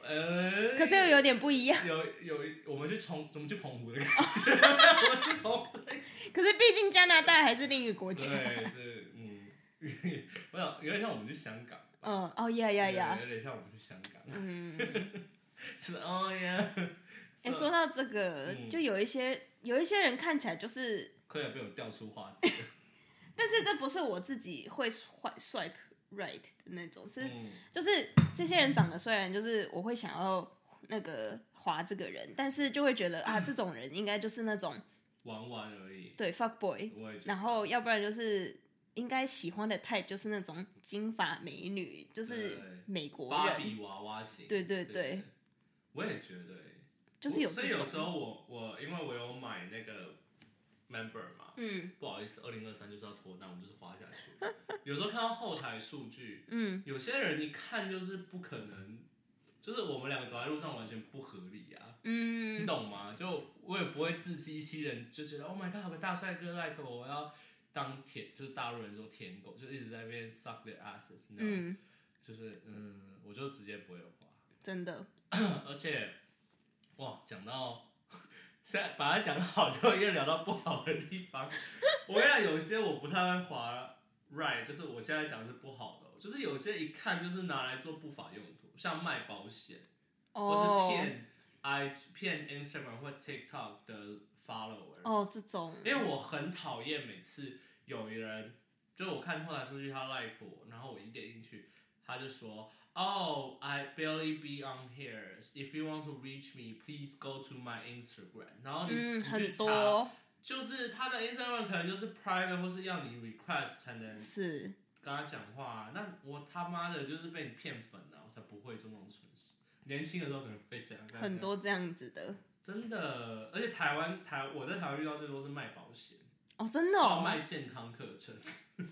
[SPEAKER 2] 呃，
[SPEAKER 1] 可是又有点不一样。
[SPEAKER 2] 有有一，我们去澎，我们去澎湖的感觉，我们去澎 湖，
[SPEAKER 1] 可是毕竟加拿大还是另一个国家。
[SPEAKER 2] 对，是嗯， 我想有点像我们去香港，
[SPEAKER 1] 嗯，哦呀呀呀，
[SPEAKER 2] 有点像我们去香港，
[SPEAKER 1] 嗯，
[SPEAKER 2] 就是哦耶，
[SPEAKER 1] 哎，说到这个，
[SPEAKER 2] 嗯
[SPEAKER 1] 就有一些有一些人看起来就是，
[SPEAKER 2] 快点被我调出话题，
[SPEAKER 1] 但是这不是我自己会 swipe swipe right 的那种，是
[SPEAKER 2] 嗯，
[SPEAKER 1] 就是这些人长得虽然就是我会想要那个划这个人，但是就会觉得啊，这种人应该就是那种
[SPEAKER 2] 玩玩而已，
[SPEAKER 1] 对 fuck boy，
[SPEAKER 2] 我也觉得
[SPEAKER 1] 然后要不然就是应该喜欢的 type 就是那种金发美女，就是
[SPEAKER 2] 对
[SPEAKER 1] 美国
[SPEAKER 2] 芭
[SPEAKER 1] 人，
[SPEAKER 2] 比娃娃型，
[SPEAKER 1] 对对
[SPEAKER 2] 对
[SPEAKER 1] 对，
[SPEAKER 2] 我也觉得欸，
[SPEAKER 1] 就是
[SPEAKER 2] 我所以
[SPEAKER 1] 这
[SPEAKER 2] 有时
[SPEAKER 1] 种。
[SPEAKER 2] 候我我因为我有买那个 member 嘛，
[SPEAKER 1] 嗯
[SPEAKER 2] 不好意思，二零二三就是要脱单，我就是滑下 去，有时候看到后台数据。
[SPEAKER 1] 嗯，
[SPEAKER 2] 有些人一看就是不可能，就是我们两个走在路上完全不合理啊，你
[SPEAKER 1] 嗯，
[SPEAKER 2] 懂吗？就我也不会自欺欺人，就觉得 Oh my god，有个大帅哥 like 我，我要当舔，就是大陆人说舔狗，就一直在那边 suck their asses 那样，
[SPEAKER 1] 嗯，
[SPEAKER 2] 就是嗯，我就直接不会滑，
[SPEAKER 1] 真的，
[SPEAKER 2] 而且哇，讲到现在把它讲得好，就又聊到不好的地方。我跟你讲，有些我不太会滑 right，就是我现在讲的是不好的哦，就是有些一看就是拿来做不法用途，像卖保险，或是
[SPEAKER 1] 哦，
[SPEAKER 2] 骗 I 骗 Instagram 或 TikTok 的 follow 而已。
[SPEAKER 1] 哦，这种
[SPEAKER 2] 因为我很讨厌每次有人，就是我看后来数据他 like 我，然后我一点进去，他就说，Oh, I barely be on here. If you want to reach me, please go to my Instagram. 然后你、
[SPEAKER 1] 嗯
[SPEAKER 2] 你去
[SPEAKER 1] 很
[SPEAKER 2] 查，
[SPEAKER 1] 多
[SPEAKER 2] 就是他的 Instagram 可能就是 private 或是要你 request 才能
[SPEAKER 1] 是
[SPEAKER 2] 跟他讲话、啊那我他妈的就是被你骗粉了、我才不会做那种蠢事。年轻的时候可能会这样，但是
[SPEAKER 1] 很多这样子的
[SPEAKER 2] 真的，而且台湾台我在台湾遇到最多是卖保险。
[SPEAKER 1] 哦，真的
[SPEAKER 2] 要
[SPEAKER 1] 哦，
[SPEAKER 2] 卖健康课程，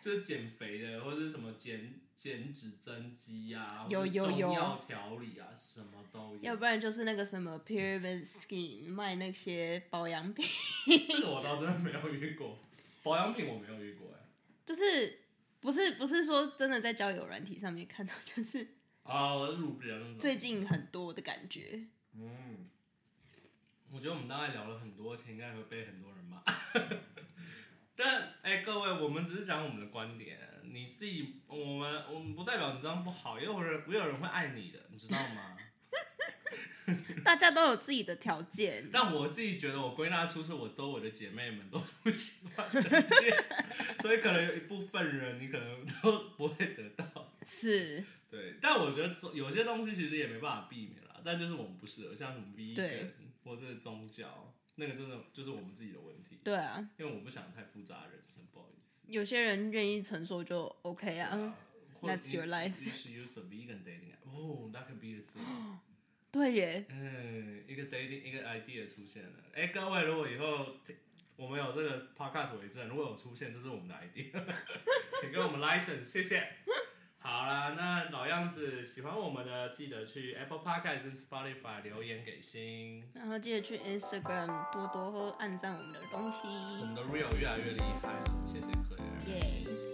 [SPEAKER 2] 就是减肥的或者是什么减减脂增肌啊，
[SPEAKER 1] 有
[SPEAKER 2] 或者
[SPEAKER 1] 有有
[SPEAKER 2] 中药调理啊，什么都
[SPEAKER 1] 要
[SPEAKER 2] 有。
[SPEAKER 1] 不然就是那个什么 pyramid scheme 卖那些保养品，
[SPEAKER 2] 这个我倒真的没有遇过，保养品我没有遇过哎、
[SPEAKER 1] 就是不是不是说真的在交友软体上面看到，就是
[SPEAKER 2] 啊，路边那种
[SPEAKER 1] 最近很多的感觉。
[SPEAKER 2] 嗯，我觉得我们大概聊了很多，而且应该会被很多人骂。 但哎、各位，我们只是讲我们的观点，你自己，我们我们不代表你这样不好，也有人也有人会爱你的，你知道吗？
[SPEAKER 1] 大家都有自己的条 件，
[SPEAKER 2] 但我自己觉得，我归纳出是我周围的姐妹们都不喜欢的点，所以可能有一部分人你可能都不会得到。
[SPEAKER 1] 是
[SPEAKER 2] 对，但我觉得总有些东西其实也没办法避免啦，但就是我们不适合，像什么 V
[SPEAKER 1] 对
[SPEAKER 2] 或者是宗教，那个真的就是我们自己的问题，
[SPEAKER 1] 对啊，
[SPEAKER 2] 因为我不想太复杂的人生，不好意思。
[SPEAKER 1] 有些人愿意承受就 OK 啊。
[SPEAKER 2] 啊或者
[SPEAKER 1] That's your
[SPEAKER 2] you-
[SPEAKER 1] life.
[SPEAKER 2] You should use a vegan dating app. Oh, that could be a thing.
[SPEAKER 1] 对耶，
[SPEAKER 2] 嗯，一个 dating 一个 idea 出现了。哎、各位，如果以后听我们有这个 podcast 为证，如果有出现，这是我们的 idea，请给我们 license，谢谢。好啦，那老样子，喜欢我们的记得去 Apple Podcast 跟 Spotify 留言给星。
[SPEAKER 1] 然后记得去 Instagram 多多按赞我们的东西，
[SPEAKER 2] 我们的 real 越来越厉害了，谢谢 Claire。
[SPEAKER 1] 耶、